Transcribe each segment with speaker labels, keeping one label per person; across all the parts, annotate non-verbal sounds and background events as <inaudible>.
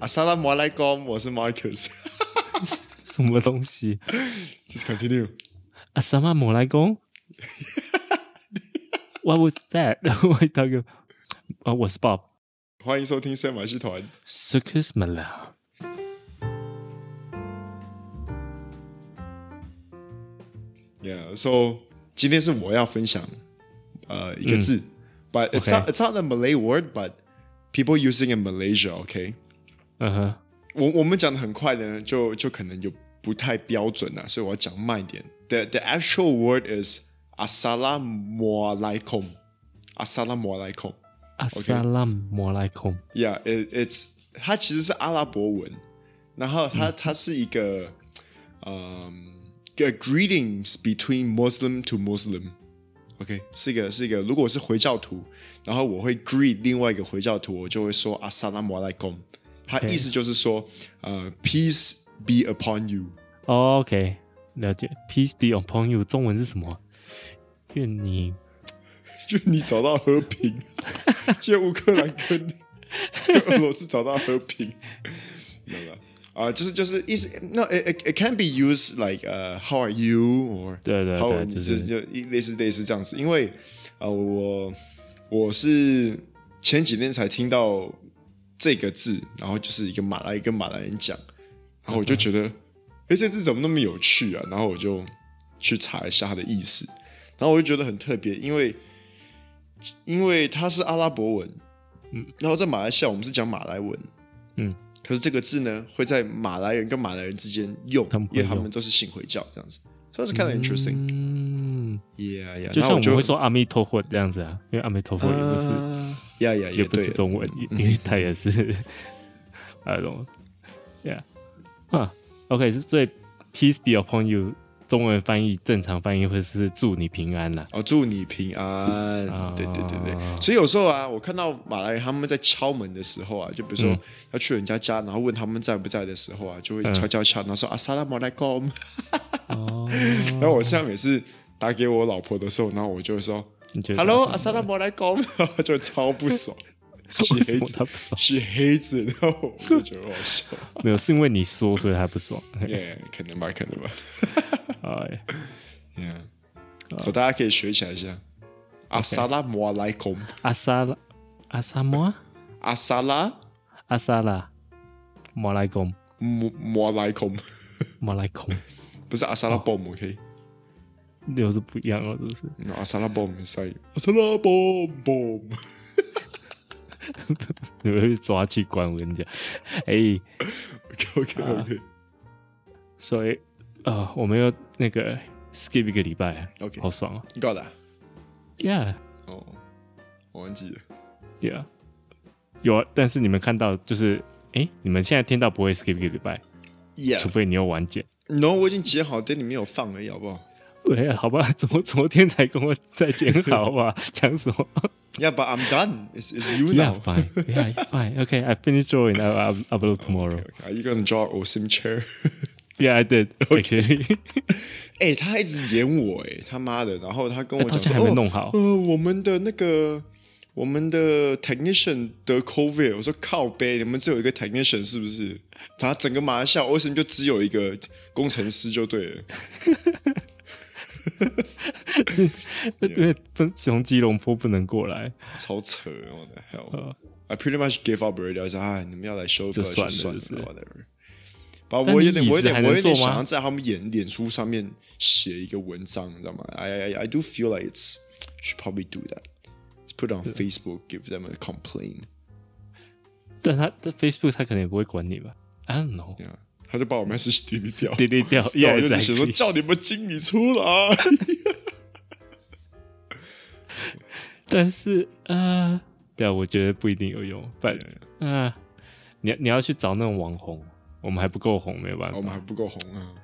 Speaker 1: 阿萨拉摩莱贡，我是 Marcus， <laughs>
Speaker 2: 什么东西？
Speaker 1: just continue。
Speaker 2: 啊，什么莫来 <laughs> 公？What was that？我 <laughs> 大哥，啊，我是 Bob。
Speaker 1: 欢迎收听赛马戏团，
Speaker 2: Circus Malone。
Speaker 1: Yeah, so 今天是我要分享呃一个字、b u t it's
Speaker 2: Okay.
Speaker 1: not it's not a Malay word, but people using in Malaysia. OK，
Speaker 2: 嗯哼，
Speaker 1: 我我们讲的很快呢，就就可能有不太标准啊，所以我要讲慢一点。The the actual word is assalamualaikum. Assalamualaikum.
Speaker 2: 阿萨拉莫来公。
Speaker 1: Yeah, it, it's 它其实是阿拉伯文，然后它、它是一个嗯、一个 greetings between Muslim to Muslim。OK，是一个是一个，如果我是回教徒，然后我会 greet 另外一个回教徒，我就会说 Assalamu alaikum。它
Speaker 2: OK
Speaker 1: 意思就是说，呃，peace be upon you。
Speaker 2: OK，了解。Peace be upon you。中文是什么？愿你
Speaker 1: 就你找到和平， <laughs> 就乌克兰跟跟俄罗斯找到和平，懂吗？啊、就是就是意思，no it it it can be used like 呃、how are you or
Speaker 2: 对对
Speaker 1: how are
Speaker 2: 对
Speaker 1: you，
Speaker 2: 就是
Speaker 1: 就一类似类似这样子，因为啊、呃我我是前几天才听到这个字，然后就是一个马来跟马来人讲，然后
Speaker 2: 嗯
Speaker 1: 我就觉得，哎，这字怎么那么有趣啊？然后我就去查一下它的意思，然后我就觉得很特别，因为因为它是阿拉伯文，嗯，然后在马来西亚我们是讲马来文，
Speaker 2: 嗯，
Speaker 1: 可是这个字呢会在马来人跟马来人之间用，
Speaker 2: 他们会
Speaker 1: 因为他
Speaker 2: 用
Speaker 1: 们都是信回教这样子，所以是 kind of interesting，yeah
Speaker 2: 嗯，
Speaker 1: yeah，
Speaker 2: 就
Speaker 1: 然后
Speaker 2: 像
Speaker 1: 我
Speaker 2: 我
Speaker 1: 就
Speaker 2: 们会说阿弥陀佛这样子啊，因为阿弥陀佛也不是、
Speaker 1: ，yeah yeah
Speaker 2: 也
Speaker 1: yeah，
Speaker 2: 不是
Speaker 1: 啊对嗯
Speaker 2: 中文，因因为它也是 I don't know，yeah，啊，OK，所以 Peace be upon you，中文翻译正常翻译会是祝你平安啦。
Speaker 1: 哦，祝你平安。
Speaker 2: 啊
Speaker 1: 嗯对对对对，所以有时候啊，我看到马来人他们在敲门的时候啊，就比如
Speaker 2: 嗯
Speaker 1: 说要去人家家，然后问他们在不在的时候啊，就会敲敲敲，然后说啊萨拉莫来 a
Speaker 2: 嗯哦，
Speaker 1: <laughs> 然后我现在每次打给我老婆的时候，然后我就会说
Speaker 2: 你觉得
Speaker 1: Hello 阿萨拉莫来 a 然后 <laughs> 就超不
Speaker 2: <laughs>
Speaker 1: 爽。she
Speaker 2: 为什么
Speaker 1: hates
Speaker 2: 他不爽？
Speaker 1: she hates it，然后我就觉得好笑。
Speaker 2: 没有，是因为你说，所以他不爽。
Speaker 1: <laughs> Yeah，可能吧，可能吧。
Speaker 2: 哎，
Speaker 1: Yeah，所以大家可以学起来一下。阿萨拉莫来 a
Speaker 2: 阿萨拉，阿萨摩啊，
Speaker 1: 阿萨拉
Speaker 2: 阿萨拉，马来公，
Speaker 1: 莫莫来 a
Speaker 2: 马来公，
Speaker 1: 不是阿萨拉 bomb，OK？
Speaker 2: 又是不一样了，是 <laughs> 不是？
Speaker 1: 那阿萨拉 bomb 是阿萨拉 bomb
Speaker 2: <laughs>
Speaker 1: bomb。
Speaker 2: 你会被抓去关，我跟你讲。哎、
Speaker 1: OK OK OK
Speaker 2: 所以呃，我们又那个 skip 一个礼拜
Speaker 1: OK
Speaker 2: 好爽啊
Speaker 1: 你搞的啊？
Speaker 2: ！Yeah
Speaker 1: 哦，我忘记了。
Speaker 2: yeah，有啊，但是你们看到就是，哎、你们现在听到不会 skip 一个礼拜，除
Speaker 1: Yeah，
Speaker 2: 非你有完结。
Speaker 1: 然后我已经剪好，但你没有放而已，好不好
Speaker 2: 对，好吧， <laughs> 怎么昨天才跟我再见好吧？ <laughs> 讲什么
Speaker 1: ？Yeah, but I'm done. It's it's you
Speaker 2: ？Yeah,
Speaker 1: now.
Speaker 2: fine. Yeah, fine. Okay, I finished drawing. I I upload tomorrow.
Speaker 1: Okay, Are you gonna draw Osim chair？ <laughs>
Speaker 2: Yeah, I did. Actually，
Speaker 1: 哎，他一直演我，哎，他妈的！然后他跟我
Speaker 2: 到
Speaker 1: 讲
Speaker 2: 现
Speaker 1: 说，
Speaker 2: <laughs> 在还没
Speaker 1: 哦，
Speaker 2: 弄好。
Speaker 1: 呃，我们的那个。我们的 technician 得 COVID，我说靠背，你们只有一个 technician 是不是？他整个马来西亚 Osim 就只有一个工程师就对了。
Speaker 2: 因为从吉隆坡不能过来，
Speaker 1: 超扯我的 hell。I pretty much give up already. I was like, 哎，你们要来修课
Speaker 2: 就算了
Speaker 1: 算了
Speaker 2: 就是
Speaker 1: ，whatever。把
Speaker 2: 但
Speaker 1: 我有点，
Speaker 2: 你椅子
Speaker 1: 我有点，
Speaker 2: 还能
Speaker 1: 我有点
Speaker 2: 坐吗
Speaker 1: 想要在他们演脸书上面写一个文章，你知道吗？I I I do feel like it's should probably do that. Let's put it on Facebook, give them a complaint.
Speaker 2: 但他的 Facebook 他可能也不会管你吧？I don't know，
Speaker 1: Yeah，他哦就把我 message delete 掉，
Speaker 2: <laughs> delete 掉。
Speaker 1: 然 <laughs>
Speaker 2: Yeah，
Speaker 1: 后我就写说
Speaker 2: exactly
Speaker 1: 叫你们经理出
Speaker 2: <laughs>
Speaker 1: 来。
Speaker 2: 但是呃，对啊，我觉得不一定有用。反嗯、呃，你你要去找那种网红，我们还不够红，没有办法。
Speaker 1: 我们还不够红啊。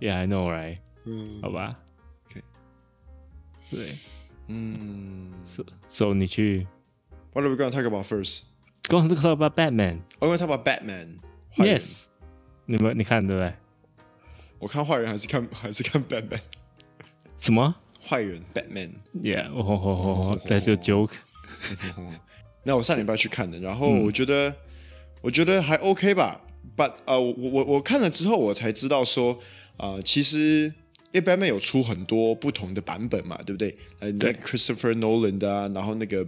Speaker 2: Yeah, I know, right？
Speaker 1: 嗯
Speaker 2: 好吧。
Speaker 1: OK
Speaker 2: 对，
Speaker 1: 嗯
Speaker 2: 所、so, 以、so、你去
Speaker 1: ，What are we gonna talk about first？
Speaker 2: 跟我 talk about 啊 Batman。
Speaker 1: 我 gonna talk about Batman。坏人
Speaker 2: Yes，你们你看对不对？
Speaker 1: 我看坏人还是看还是看 Batman。
Speaker 2: 什么
Speaker 1: 坏人 Batman。
Speaker 2: ？Yeah，哦吼吼吼
Speaker 1: <laughs>
Speaker 2: ，that's a joke。嗯
Speaker 1: 那我上礼拜去看的，然后我觉得我觉得还 OK 吧。But 呃，我我我看了之后，我才知道说，呃，其实因为 Batman 有出很多不同的版本嘛，对不对？呃，那
Speaker 2: 对
Speaker 1: Christopher Nolan 的啊，然后那个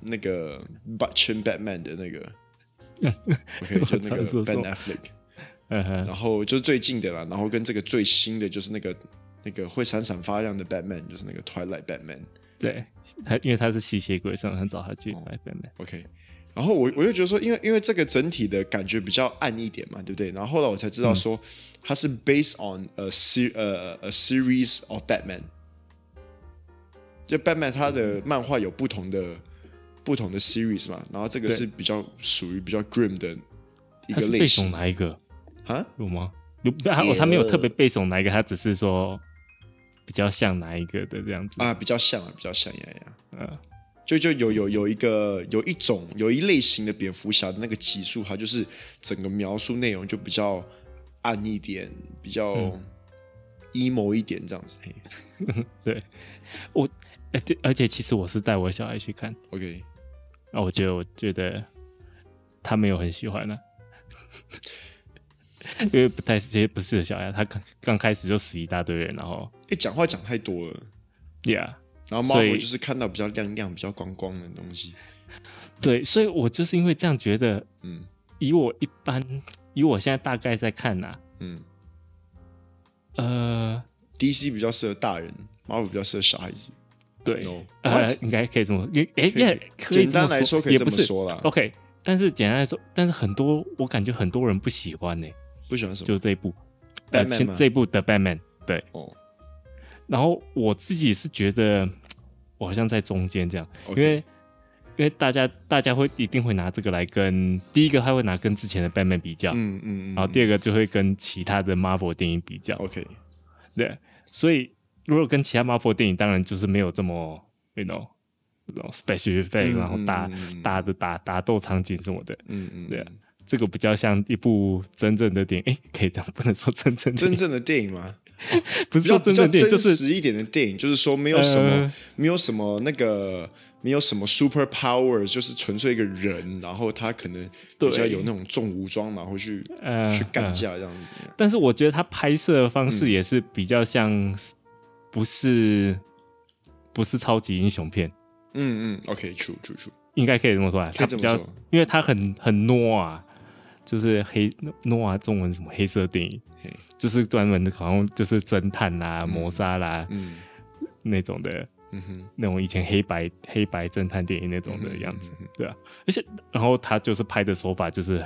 Speaker 1: 那个 Butch Batman 的那个
Speaker 2: <laughs>
Speaker 1: ，OK，就那个
Speaker 2: 我知道
Speaker 1: Ben Affleck。
Speaker 2: 嗯哼，
Speaker 1: 然后就是最近的啦，然后跟这个最新的就是那个那个会闪闪发亮的 Batman，就是那个 Twilight Batman。
Speaker 2: 对，他因为他是吸血鬼，所以很早他去买 Batman。
Speaker 1: OK，然后我我又觉得说，因为因为这个整体的感觉比较暗一点嘛，对不对？然后后来我才
Speaker 2: 嗯
Speaker 1: 知道说，它是 based on a ser 呃 a series of Batman，就 Batman 它的漫画有不同的不同的 series 嘛，然后这个
Speaker 2: 对
Speaker 1: 是比较属于比较 grim 的一
Speaker 2: 他
Speaker 1: 个
Speaker 2: 是
Speaker 1: 类
Speaker 2: 背
Speaker 1: 型
Speaker 2: 诵哪一个？
Speaker 1: 啊。呃
Speaker 2: 有吗？有他哦，他没有特别背诵哪一个，他只是说比较像哪一个的这样子。
Speaker 1: 啊，比较像啊，比较像呀呀。
Speaker 2: 嗯
Speaker 1: 就就有有有一个有一种有一类型的蝙蝠侠的那个集数，它就是整个描述内容就比较暗一点，比较
Speaker 2: 嗯
Speaker 1: emo 一点这样子。嘿
Speaker 2: 哎对而且其实我是带我小孩去看，
Speaker 1: OK，
Speaker 2: 啊，我觉得我觉得他没有很喜欢呢、啊 <laughs> 因为不太这些不适合小孩，他刚刚开始就死一大堆人，然后
Speaker 1: 一讲话讲太多了，
Speaker 2: ，yeah，
Speaker 1: 然后
Speaker 2: 所以
Speaker 1: Marvel 就是看到比较亮亮、比较光光的东西。
Speaker 2: 对，所以我就是因为这样觉得，
Speaker 1: 嗯
Speaker 2: 以我一般，以我现在大概在看呐、
Speaker 1: 嗯
Speaker 2: 呃，
Speaker 1: ，DC 比较适合大人，Marvel 比较适合小孩子。
Speaker 2: 对
Speaker 1: No，
Speaker 2: 呃
Speaker 1: What？，
Speaker 2: 应该可以这么，也哎
Speaker 1: 可以
Speaker 2: 也可以
Speaker 1: 简单来说可以
Speaker 2: 也
Speaker 1: 这
Speaker 2: 不
Speaker 1: 么
Speaker 2: 是
Speaker 1: 说啦。
Speaker 2: OK，但是简单来说，但是很多我感觉很多人不喜欢呢、
Speaker 1: 不喜欢什么？
Speaker 2: 就这一部，呃，
Speaker 1: Batman
Speaker 2: 先
Speaker 1: 吗
Speaker 2: 这一部的 Batman，对，
Speaker 1: 哦
Speaker 2: 然后我自己是觉得嗯我好像在中间这样，因
Speaker 1: OK
Speaker 2: 为因为大家大家会一定会拿这个来跟第一个他会拿跟之前的 Batman 比较，
Speaker 1: 嗯嗯嗯。
Speaker 2: 然后第二个就会跟其他的 Marvel 电影比较，
Speaker 1: OK，
Speaker 2: 对，所以如果跟其他 Marvel 电影，当然就是没有这么 you know 那种 special effect，、
Speaker 1: 嗯
Speaker 2: 然后打
Speaker 1: 嗯嗯嗯
Speaker 2: 打的打打斗场景什么的，
Speaker 1: 嗯嗯，
Speaker 2: 对啊这个比较像一部真正的电影，哎，可以这样不能说真正的电
Speaker 1: 真
Speaker 2: 影，
Speaker 1: 正的电影
Speaker 2: <laughs>
Speaker 1: 吗？
Speaker 2: 不
Speaker 1: 比
Speaker 2: 是
Speaker 1: 较
Speaker 2: 说
Speaker 1: 比
Speaker 2: 真
Speaker 1: 较
Speaker 2: 正的电
Speaker 1: 真
Speaker 2: 影，就是
Speaker 1: 实一点的电影，就是说没有什么、
Speaker 2: 呃
Speaker 1: 没有什么那个没有什么 super power，就是纯粹一个人，然后他可能比
Speaker 2: 对
Speaker 1: 较有那种重武装，然后去、
Speaker 2: 呃
Speaker 1: 去嗯干
Speaker 2: 呃
Speaker 1: 架这样子。
Speaker 2: 但是我觉得他拍摄的方式也是比较像，不是不是超级英雄片，
Speaker 1: 嗯嗯，OK，true true true，
Speaker 2: 应该可以这么说啊。
Speaker 1: 可
Speaker 2: 他
Speaker 1: 以这
Speaker 2: 比
Speaker 1: 么
Speaker 2: 较
Speaker 1: 说，
Speaker 2: 因为他很很诺啊，就是黑诺啊，中文什么黑色电影
Speaker 1: 嘿，
Speaker 2: 就是专门的，好像就是侦探啦、谋杀啦、
Speaker 1: 嗯
Speaker 2: 那种的，
Speaker 1: 嗯哼，
Speaker 2: 那种以前黑白黑白侦探电影那种的样
Speaker 1: 嗯
Speaker 2: 子，对啊。而且，然后他就是拍的手法就是，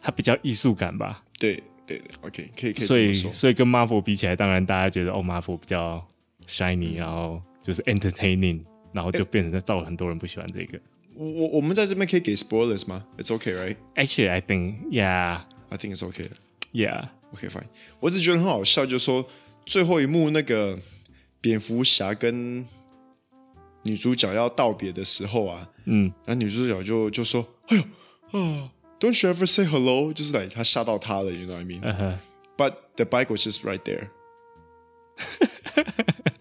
Speaker 2: 他比较艺术感吧，
Speaker 1: 对对对，OK，可以可以
Speaker 2: 所
Speaker 1: 这
Speaker 2: 以
Speaker 1: 么说。
Speaker 2: 所以跟 Marvel 比起来，当然大家觉得哦，Marvel 比较
Speaker 1: 嗯
Speaker 2: shiny，、然后就是 entertaining，然后就变成到了很多人不喜欢这个。
Speaker 1: 我我我们在这边可以给 spoilers 吗？It's okay，right？I
Speaker 2: Actually, I think yeah
Speaker 1: think it's okay。
Speaker 2: yeah，
Speaker 1: OK fine，我只觉得很好笑，就是说最后一幕那个蝙蝠侠跟女主角要道别的时候啊，
Speaker 2: 嗯，
Speaker 1: 然后女主角就就说：“哎呦啊，Don't you ever say hello？” 就是来她吓到她了，You know what I mean？But、
Speaker 2: 呃 <laughs> 呵
Speaker 1: the bike was just right
Speaker 2: <laughs>
Speaker 1: there.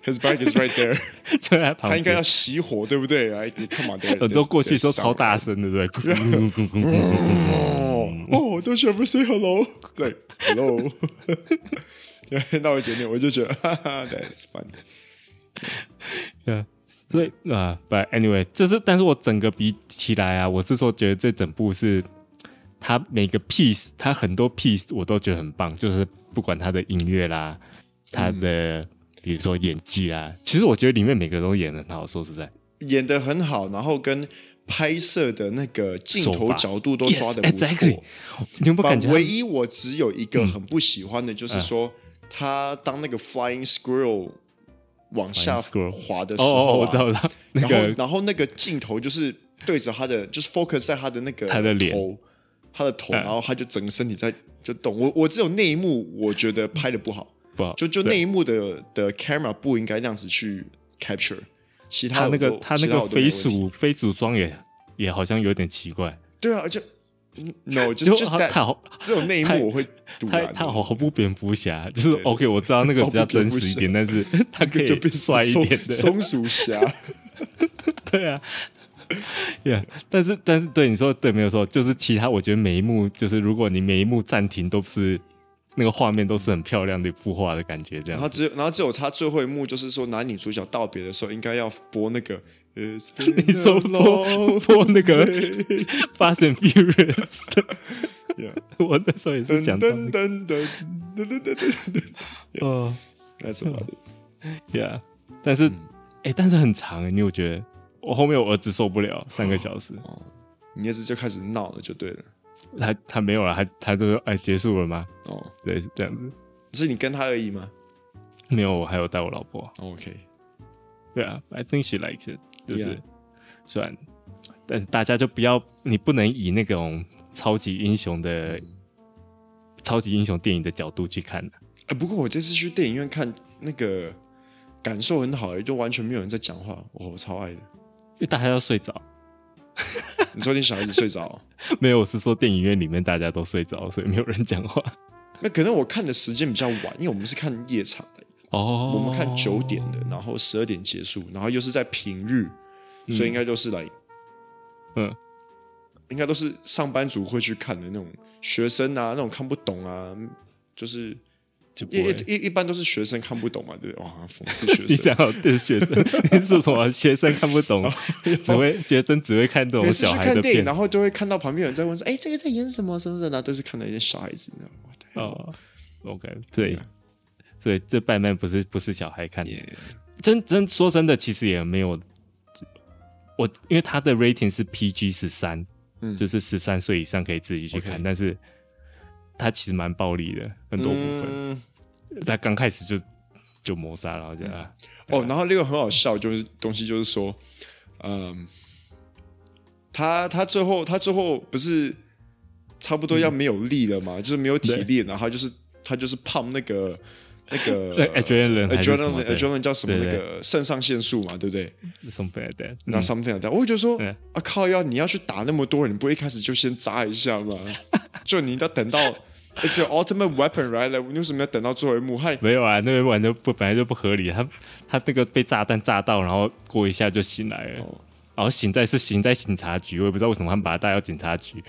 Speaker 1: His bike is right
Speaker 2: <laughs>
Speaker 1: there.
Speaker 2: 就在旁
Speaker 1: 他
Speaker 2: 边，
Speaker 1: 应该要熄火，对不对？来，你 come on, there.
Speaker 2: 很多过去
Speaker 1: there's-
Speaker 2: 都
Speaker 1: there's
Speaker 2: 超大
Speaker 1: someone.
Speaker 2: 声的，对不对？ <laughs> 咕咕咕咕咕咕咕
Speaker 1: 哦
Speaker 2: 嗯
Speaker 1: 哦，Don't you ever say
Speaker 2: <laughs>
Speaker 1: hello？对，hello。那我觉得，我就觉得， <laughs> 哈哈，That's fun。
Speaker 2: Yeah，所以啊、b u t anyway，这是，但是我整个比起来啊，我是说觉得这整部是它每个 piece，它很多 piece 我都觉得很棒，就是不管它的音乐啦，
Speaker 1: 嗯
Speaker 2: 它的、比如说演技啦，其实我觉得里面每个人都演的很好，说实在，
Speaker 1: 演的很好，然后跟拍摄的那个镜
Speaker 2: 手
Speaker 1: 头
Speaker 2: 法
Speaker 1: 角度都抓的不错。
Speaker 2: Yes，exactly 你有没有感觉
Speaker 1: 但
Speaker 2: 嗯它？
Speaker 1: 唯一我只有一个很不喜欢的，就是说、他当那个 flying squirrel 往下
Speaker 2: Flying squirrel
Speaker 1: 滑的时
Speaker 2: 哦哦，
Speaker 1: 候、啊
Speaker 2: 我知道，我知道，那
Speaker 1: 然
Speaker 2: 个
Speaker 1: 后然后那个镜头就是对着他的，就是 focus 在他的那个
Speaker 2: 他的脸啊
Speaker 1: 头，他的头，然后他就整个身体在就动。我我只有那一幕，我觉得拍的不好，
Speaker 2: 不好，
Speaker 1: 就就
Speaker 2: 对
Speaker 1: 那一幕的的 camera 不应该那样子去 capture。其
Speaker 2: 他
Speaker 1: 他
Speaker 2: 那
Speaker 1: 的
Speaker 2: 个
Speaker 1: 我
Speaker 2: 他
Speaker 1: 其
Speaker 2: 那
Speaker 1: 他
Speaker 2: 个
Speaker 1: 我都没
Speaker 2: 飞
Speaker 1: 问题
Speaker 2: 鼠飞鼠装也也好像有点奇怪，
Speaker 1: 对啊，就嗯
Speaker 2: <laughs>
Speaker 1: no，就
Speaker 2: 就
Speaker 1: 就是
Speaker 2: 他好。
Speaker 1: 只有那一
Speaker 2: 太
Speaker 1: 幕我会堵啊
Speaker 2: 他
Speaker 1: 拦的，
Speaker 2: 他毫不蝙蝠侠，就是
Speaker 1: 对
Speaker 2: OK，我知道那个比较真实一点，
Speaker 1: <laughs>
Speaker 2: 但是他可
Speaker 1: 就
Speaker 2: 以
Speaker 1: 变
Speaker 2: 帅一点的，
Speaker 1: 松松鼠侠，
Speaker 2: <laughs> 对啊， Yeah，但是但是对你说对没有错，就是其他我觉得每一幕就是如果你每一幕暂停都是那个画面都是很漂亮的一幅画的感觉，这
Speaker 1: 然
Speaker 2: 样
Speaker 1: 后只有，然后只有他最后一幕就是说，男女主角道别的时候应该要播那个。It's 呃 been
Speaker 2: <laughs> 你说
Speaker 1: a
Speaker 2: 播
Speaker 1: long
Speaker 2: 播那个 <laughs> Fast and Furious 的，
Speaker 1: Yeah
Speaker 2: 我那时候也是
Speaker 1: 噔
Speaker 2: 想
Speaker 1: 噔
Speaker 2: 到、那
Speaker 1: 噔
Speaker 2: 个，
Speaker 1: 噔噔噔噔噔，
Speaker 2: 哦
Speaker 1: 那什么 <laughs> 的，
Speaker 2: ，Yeah，但
Speaker 1: 嗯
Speaker 2: 是哎、诶但是很长，欸你有觉得？我后面我儿子受不了三个小时，
Speaker 1: 你也是就开始闹了，就对了。
Speaker 2: 他他没有了，他他都说哎结束了吗？
Speaker 1: 哦，
Speaker 2: 对，是这样子，
Speaker 1: 是你跟他而已吗
Speaker 2: 没有，我还有带我老婆。
Speaker 1: 哦？OK，
Speaker 2: 对啊，I think she likes it，就是
Speaker 1: Yeah.
Speaker 2: 虽然，但大家就不要，你不能以那种超级英雄的、超级英雄电影的角度去看、啊
Speaker 1: 哎，不过我这次去电影院看那个感受很好，哎就完全没有人在讲话，哦我超爱的。
Speaker 2: 因为大家要睡着。 <laughs>
Speaker 1: 你说你小孩子睡着哦， <laughs>
Speaker 2: 没有，我是说电影院里面大家都睡着，所以没有人讲话。
Speaker 1: 那可能我看的时间比较晚，因为我们是看夜场的，
Speaker 2: 哦，
Speaker 1: 我们看九点的，然后十二点结束，然后又是在平日，所以应该都是来，
Speaker 2: 嗯，
Speaker 1: 应该都是上班族会去看的那种学生啊，那种看不懂啊，就是
Speaker 2: 就不
Speaker 1: 一一
Speaker 2: 会。
Speaker 1: 一一般都是学生看不懂嘛，对不对？哇，讽刺学
Speaker 2: <laughs> 你
Speaker 1: 生。
Speaker 2: 讲好对学生， <laughs> 你说什么？学生看不
Speaker 1: <laughs>
Speaker 2: 懂，只会学生只会看懂
Speaker 1: 哦每次
Speaker 2: 小
Speaker 1: 去
Speaker 2: 孩
Speaker 1: 看
Speaker 2: 的
Speaker 1: 电影，
Speaker 2: 片
Speaker 1: 然后就会看到旁边有人在问说：“哎、这个在演什么什么的。”然后都是看到一些小孩子，你知道吗？
Speaker 2: 哦。OK，对，
Speaker 1: 啊
Speaker 2: 所以这拜曼不是不是小孩看的。
Speaker 1: 耶，
Speaker 2: 真真说真的，其实也没有我，因为他的 rating 是 PG 十三，
Speaker 1: 嗯
Speaker 2: 就是十三岁以上可以自己去看
Speaker 1: OK
Speaker 2: 但是他其实蛮暴力的，很多部分。
Speaker 1: 嗯
Speaker 2: 他刚开始就就谋杀，然后就、啊，
Speaker 1: 哦，然后另外很好笑就是东西就是说，嗯，他他最后他最后不是差不多要没有力了
Speaker 2: 嗯
Speaker 1: 嘛，就是没有体力，然后他就是他就是胖那个那个
Speaker 2: <laughs> 对哎 adrenaline 还是什么
Speaker 1: adrenaline
Speaker 2: 对
Speaker 1: adrenaline 叫什么
Speaker 2: 对
Speaker 1: 那
Speaker 2: 对
Speaker 1: 个肾上腺素嘛，对不对？
Speaker 2: something like that，
Speaker 1: 那 something like that，我就说
Speaker 2: 嗯对
Speaker 1: 啊靠，要你要去打那么多人，你不会一开始就先扎一下
Speaker 2: <laughs>
Speaker 1: 吗？就你要等到 it's your ultimate weapon right？Like, 你为什么要等到最后一幕？害
Speaker 2: 没有啊，那边玩就不本来就不合理，他他那个被炸弹炸到，然后过一下就醒来了。
Speaker 1: 哦
Speaker 2: 然后醒在是醒在警察局，我也不知道为什么他们把他带到警察局。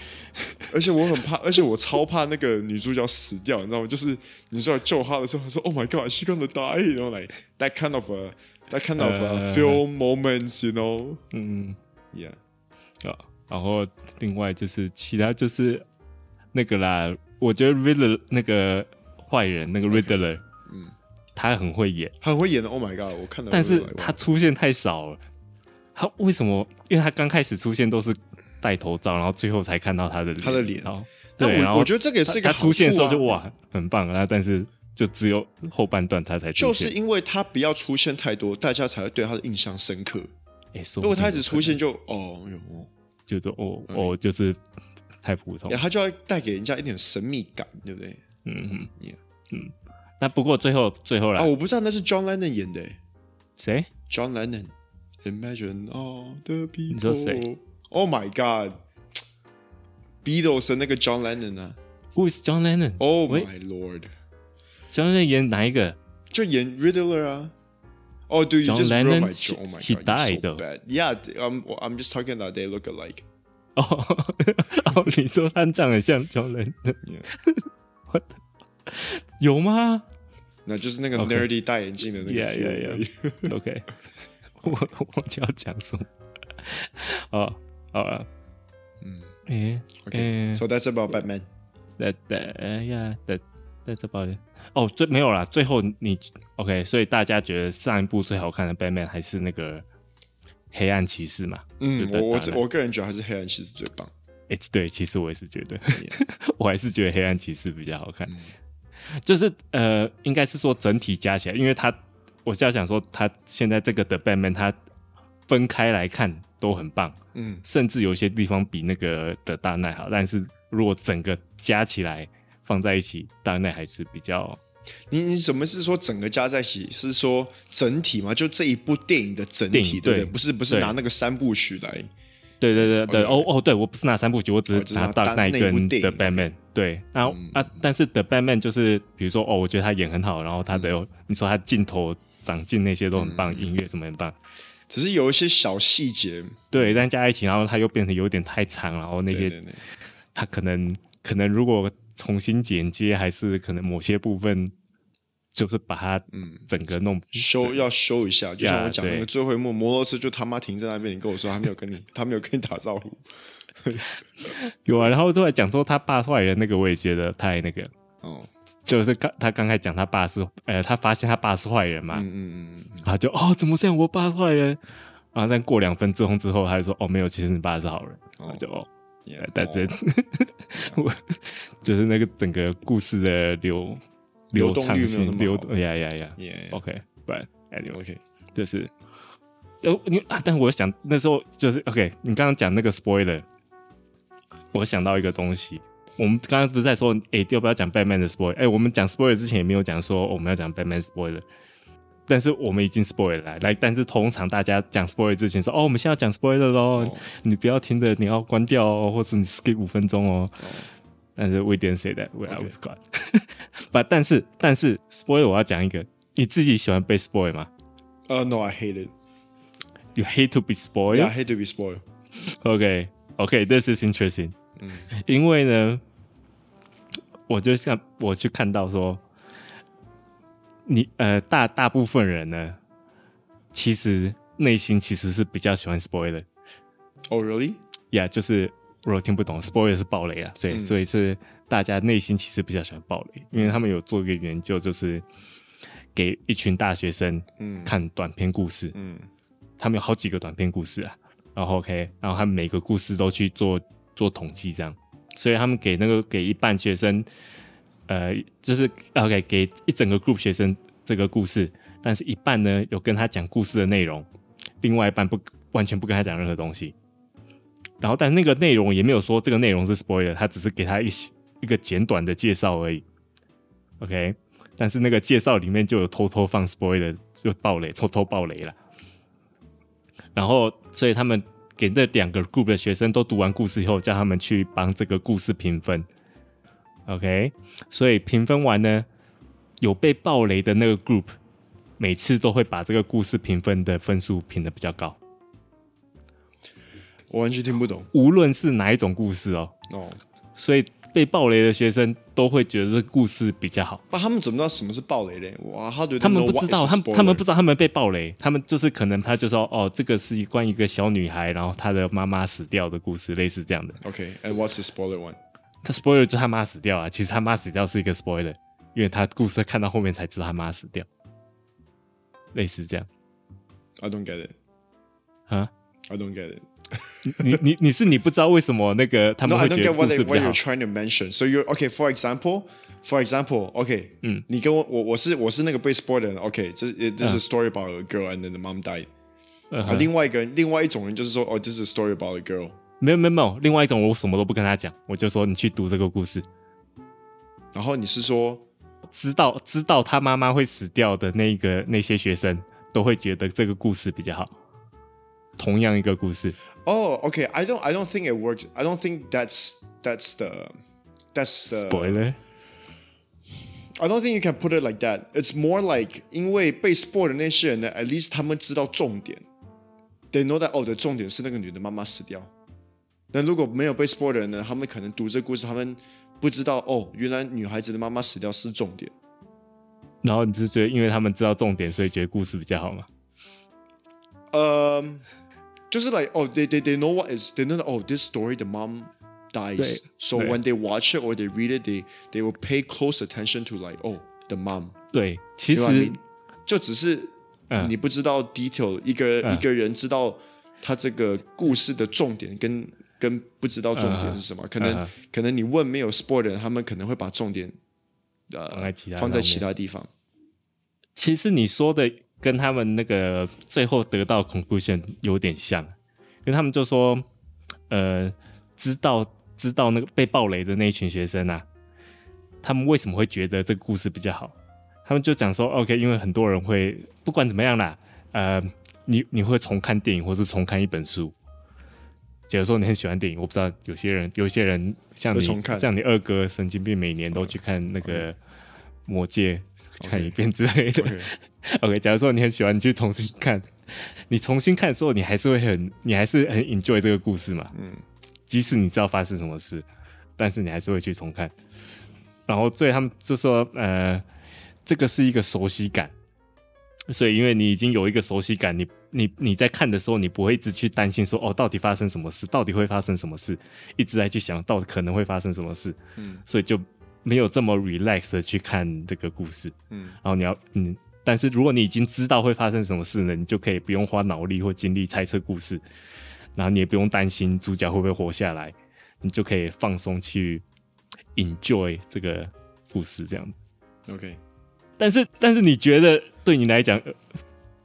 Speaker 1: 而且我很怕，而且我超怕那个女主角死掉，你知道吗？就是女主角救她的时候，她说 Oh my God，she gonna die，you know like that kind of a that kind of a
Speaker 2: 呃
Speaker 1: few moments，you know，yeah，
Speaker 2: 嗯，啊，然后另外就是其他就是那个啦，我觉得 Riddler 那个坏人那个 Riddler，
Speaker 1: 嗯
Speaker 2: 他很会演，
Speaker 1: 很会演的。Oh my God，我看到，
Speaker 2: 但是他出现太少了。他为什么？因为他刚开始出现都是戴头罩，然后最后才看到他的脸。
Speaker 1: 他的脸
Speaker 2: 然后
Speaker 1: 但
Speaker 2: 对，然
Speaker 1: 我
Speaker 2: 后
Speaker 1: 我觉得这个也是一个
Speaker 2: 他
Speaker 1: 好
Speaker 2: 他出现的时候
Speaker 1: 处啊
Speaker 2: 就哇很棒啊，但是就只有后半段他才出
Speaker 1: 就是
Speaker 2: 现。
Speaker 1: 因为他不要出现太多，大家才会对他的印象深刻。
Speaker 2: 哎，说
Speaker 1: 如
Speaker 2: 不
Speaker 1: 果
Speaker 2: 定
Speaker 1: 他一直
Speaker 2: 有可
Speaker 1: 出现嗯
Speaker 2: 能
Speaker 1: 就，哦哎呦哦，
Speaker 2: 就说哦哦，就是太普通了
Speaker 1: 然。后他就要带给人家一点神秘感，对不对？
Speaker 2: 嗯嗯
Speaker 1: Yeah
Speaker 2: 嗯。那不过最后最后啦，
Speaker 1: 啊，我不知道那是 John Lennon 演的欸
Speaker 2: 谁？
Speaker 1: ，John Lennon。Imagine all the
Speaker 2: 说谁
Speaker 1: people. Oh my God. Beatles 的那个 John Lennon 啊
Speaker 2: Who is John Lennon？
Speaker 1: ，Oh
Speaker 2: 喂
Speaker 1: my Lord，
Speaker 2: ，John Lennon 演哪一个？
Speaker 1: 就演 Riddler 啊。Oh, dude, you
Speaker 2: John
Speaker 1: just ruined my
Speaker 2: Lennon,
Speaker 1: joke. Oh my
Speaker 2: he
Speaker 1: God, you're so
Speaker 2: died.
Speaker 1: bad. Yeah, I'm I'm just talking about they look alike.
Speaker 2: 哦， <laughs> 哦，你说他长得像 John Lennon？What？有吗
Speaker 1: 那就是那个
Speaker 2: OK
Speaker 1: nerdy 戴眼镜的那个
Speaker 2: Yeah,
Speaker 1: feel
Speaker 2: yeah,
Speaker 1: 而已
Speaker 2: ？OK，我 <laughs> 我忘记要讲什么。哦，好了，嗯，诶
Speaker 1: Okay, so that's about Batman.
Speaker 2: 那那哎呀，那那这包哦，最没有啦。最后你 OK，所以大家觉得上一部最好看的 Batman 还是那个黑暗骑士嘛？
Speaker 1: 嗯，
Speaker 2: 对
Speaker 1: 我我
Speaker 2: 打
Speaker 1: 这
Speaker 2: 篮
Speaker 1: 我个人觉得还是黑暗骑士最棒。
Speaker 2: 哎、对，其实我也是觉得我还是觉得黑暗骑士比较好看。
Speaker 1: 嗯
Speaker 2: 就是呃，应该是说整体加起来，因为他我是要想说，他现在这个的 Batman 他分开来看都很棒，
Speaker 1: 嗯，
Speaker 2: 甚至有一些地方比那个的大奈好，但是如果整个加起来放在一起，大奈还是比较
Speaker 1: 你你什么是说整个加在一起？是说整体吗？就这一部电影的整
Speaker 2: 电
Speaker 1: 体，
Speaker 2: 影
Speaker 1: 对不对？
Speaker 2: 对
Speaker 1: 不是不是
Speaker 2: 对
Speaker 1: 拿那个三部曲来。
Speaker 2: 对对对对，哦
Speaker 1: OK，OK
Speaker 2: 哦，对我不是拿三部曲，我只
Speaker 1: 哦就是
Speaker 2: 是拿
Speaker 1: 拿
Speaker 2: 到
Speaker 1: 单
Speaker 2: 那一
Speaker 1: 那一部嗯
Speaker 2: 根
Speaker 1: 电
Speaker 2: 的
Speaker 1: 影
Speaker 2: Batman。对，然后、啊，但是 The Batman 就是比如说哦，我
Speaker 1: 嗯
Speaker 2: 觉得他演很好，然后他的、你说他镜头长进那些都很棒，音乐什么很棒，
Speaker 1: 只是有一些小细节，
Speaker 2: 对，但加在一起，然后它又变成有点太长，然后那
Speaker 1: 对
Speaker 2: 些
Speaker 1: 对对，
Speaker 2: 它可能可能如果重新剪接，还是可能某些部分就是把它
Speaker 1: 嗯
Speaker 2: 整个弄
Speaker 1: 修要修一下，就像我讲
Speaker 2: 对
Speaker 1: 那个最后一幕，摩托车就他妈停在那边，你跟我说他没有跟你，他没有跟你打招呼，
Speaker 2: 有啊。然后后来讲说他爸坏人那个，我也觉得太那个， <laughs>
Speaker 1: 哦，
Speaker 2: 就是刚他刚才讲他爸是呃，他发现他爸是坏人嘛，
Speaker 1: 嗯嗯嗯嗯，
Speaker 2: 然后就哦怎么这样，我爸是坏人。然后但过两分钟之后，他就说哦没有，其实你爸是好人。然后
Speaker 1: 哦
Speaker 2: 就哦，
Speaker 1: yeah，
Speaker 2: 但
Speaker 1: 哦
Speaker 2: 这 <laughs> 我就是那个整个故事的流
Speaker 1: 流动
Speaker 2: 畅
Speaker 1: 率没有那
Speaker 2: 性
Speaker 1: 么
Speaker 2: 流
Speaker 1: 好
Speaker 2: 呀呀呀
Speaker 1: yeah，yeah，
Speaker 2: ，OK，but anyway，
Speaker 1: OK，
Speaker 2: 就是，呃，你啊，但我想那时候就是 OK，你刚刚讲那个 spoiler，我想到一个东西，我们刚刚不是在说，哎、要不要讲 Batman 的 spoiler？哎、我们讲 spoiler 之前也没有讲说我们要讲 Batman spoiler。但是我们已经 spoiler 了，来，但是通常大家讲 spoiler 之前说，哦，我们现在要讲 spoiler 咯，
Speaker 1: 哦
Speaker 2: 你不要听着，你要关掉哦，或者你 skip 五分钟哦。但是 we didn't say that, we are
Speaker 1: OK
Speaker 2: we've got. <laughs> But 但是但是 spoiler 我要讲一个，你自己喜欢被 spoil 吗？
Speaker 1: 呃，No，I hate
Speaker 2: You hate to be spoiled.
Speaker 1: it，Yeah，I hate to be spoiled，
Speaker 2: OK OK, this is interesting.
Speaker 1: 嗯
Speaker 2: 因为呢，我就像我去看到说，你呃大大部分人呢，其实内心其实是比较喜欢 spoiler。
Speaker 1: 哦，Really？
Speaker 2: 呀、就是如果听不懂，spoiler 是暴雷啊，所以、所以是大家内心其实比较喜欢暴雷，因为他们有做一个研究，就是给一群大学生
Speaker 1: 嗯
Speaker 2: 看短篇故事，
Speaker 1: 嗯
Speaker 2: 他们有好几个短篇故事啊，然后 OK，然后他们每个故事都去做做统计这样，所以他们给那个给一半学生，呃，就是 OK 给一整个 group 学生这个故事，但是一半呢有跟他讲故事的内容，另外一半不完全不跟他讲任何东西，然后但那个内容也没有说这个内容是 spoiler，他只是给他一些一个简短的介绍而已，OK。但是那个介绍里面就有偷偷放 spoiler，就暴雷，偷偷暴雷了。然后所以他们给那两个 group 的学生都读完故事以后，叫他们去帮这个故事评分。OK，所以评分完呢，有被暴雷的那个 group，每次都会把这个故事评分的分数评的比较高，
Speaker 1: 我完全听不懂
Speaker 2: 无论是哪一种故事哦。
Speaker 1: 哦。
Speaker 2: 所以被暴雷的学生都会觉得这故事比较好。
Speaker 1: 那他们怎么知道什么是暴雷嘞？哇，他对
Speaker 2: 他们不知道，他们他们不
Speaker 1: 知
Speaker 2: 知道他们被暴雷，他们就是可能他就说哦，这个是关于一个小女孩，然后她的妈妈死掉的故事，类似这样的。
Speaker 1: OK，and what's the spoiler one？
Speaker 2: 他 spoiler 就他妈死掉啊，其实他妈死掉是一个 spoiler，因为他故事看到后面才知道他妈死掉，类似这样
Speaker 1: I don't get it.
Speaker 2: 啊。
Speaker 1: I don't get it.
Speaker 2: 你你你是你不知道为什么那个他
Speaker 1: No,
Speaker 2: 们
Speaker 1: I
Speaker 2: 会
Speaker 1: don't
Speaker 2: 觉
Speaker 1: get
Speaker 2: 得
Speaker 1: what
Speaker 2: 故
Speaker 1: they,
Speaker 2: 事比
Speaker 1: what you're
Speaker 2: 较好
Speaker 1: trying to mention. So you're okay. For example, for example, okay.
Speaker 2: 嗯
Speaker 1: 你跟我我我是我是那个被 spoil 的人。Okay，这 it- this is a story about a girl and then the mom died.
Speaker 2: 嗯
Speaker 1: 啊，
Speaker 2: 哼？
Speaker 1: 另外一个人，另外一种人就是说，哦，this is a story about a girl.
Speaker 2: 没有没有没有，另外一种我什么都不跟他讲，我就说你去读这个故事，
Speaker 1: 然后你是说，
Speaker 2: 知道知道他妈妈会死掉的那个那些学生都会觉得这个故事比较好。同样一个故事，
Speaker 1: 哦，okay. I don't I don't think it works. I don't think that's that's the that's the
Speaker 2: spoiler，
Speaker 1: I don't think you can put it like that. It's more like 因为被 spoil 的那些人呢，at least 他们知道重点，they know that 哦，的重点是那个女的妈妈死掉。那如果没有被 spoil 的人呢，他们可能读这故事，他们不知道哦，原来女孩子的妈妈死掉是重点。
Speaker 2: 然后你是觉得因为他们知道重点，所以觉得故事比较好吗？
Speaker 1: 呃、就是 like 哦，they they they know what is they know that 哦，this story the mom dies.
Speaker 2: 对
Speaker 1: So
Speaker 2: 对
Speaker 1: when they watch it or they read it, they they will pay close attention to like 哦，the mom.
Speaker 2: 对，其
Speaker 1: 对吧？
Speaker 2: 实
Speaker 1: 你就只是
Speaker 2: 嗯
Speaker 1: 你不知道 detail，、一个、一个人知道他这个故事的重点跟跟不知道重点是什么，可能、
Speaker 2: 嗯
Speaker 1: 可能你问没有 spoil 的人，他们可能会把重点呃
Speaker 2: 放在其他
Speaker 1: 放在
Speaker 2: 上
Speaker 1: 其
Speaker 2: 面
Speaker 1: 他地方。
Speaker 2: 其实你说的跟他们那个最后得到 conclusion 有点像，因为他们就说，呃，知道知道那个被暴雷的那一群学生啊，他们为什么会觉得这个故事比较好？他们就讲说，OK，因为很多人会不管怎么样啦，呃，你你会重看电影或是重看一本书。假如说你很喜欢电影，我不知道有些人，有些人像你
Speaker 1: 会重看
Speaker 2: 像你二哥神经病，每年都去看那个《魔戒》看一遍之类的。
Speaker 1: OK，
Speaker 2: OK，假如说你很喜欢，你去重新看，你重新看的时候，你还是会很，你还是很 enjoy 这个故事嘛。嗯，即使你知道发生什么事，但是你还是会去重看。然后最他们就说，呃，这个是一个熟悉感，所以因为你已经有一个熟悉感，你你你在看的时候，你不会一直去担心说，哦，到底发生什么事，到底会发生什么事，一直在去想到底可能会发生什么事，
Speaker 1: 嗯
Speaker 2: 所以就没有这么 relax 的去看这个故事。
Speaker 1: 嗯
Speaker 2: 然后你要嗯，但是如果你已经知道会发生什么事呢，你就可以不用花脑力或精力猜测故事，然后你也不用担心主角会不会活下来，你就可以放松去 enjoy 这个故事这样。
Speaker 1: ，OK，
Speaker 2: 但是但是你觉得对你来讲，呃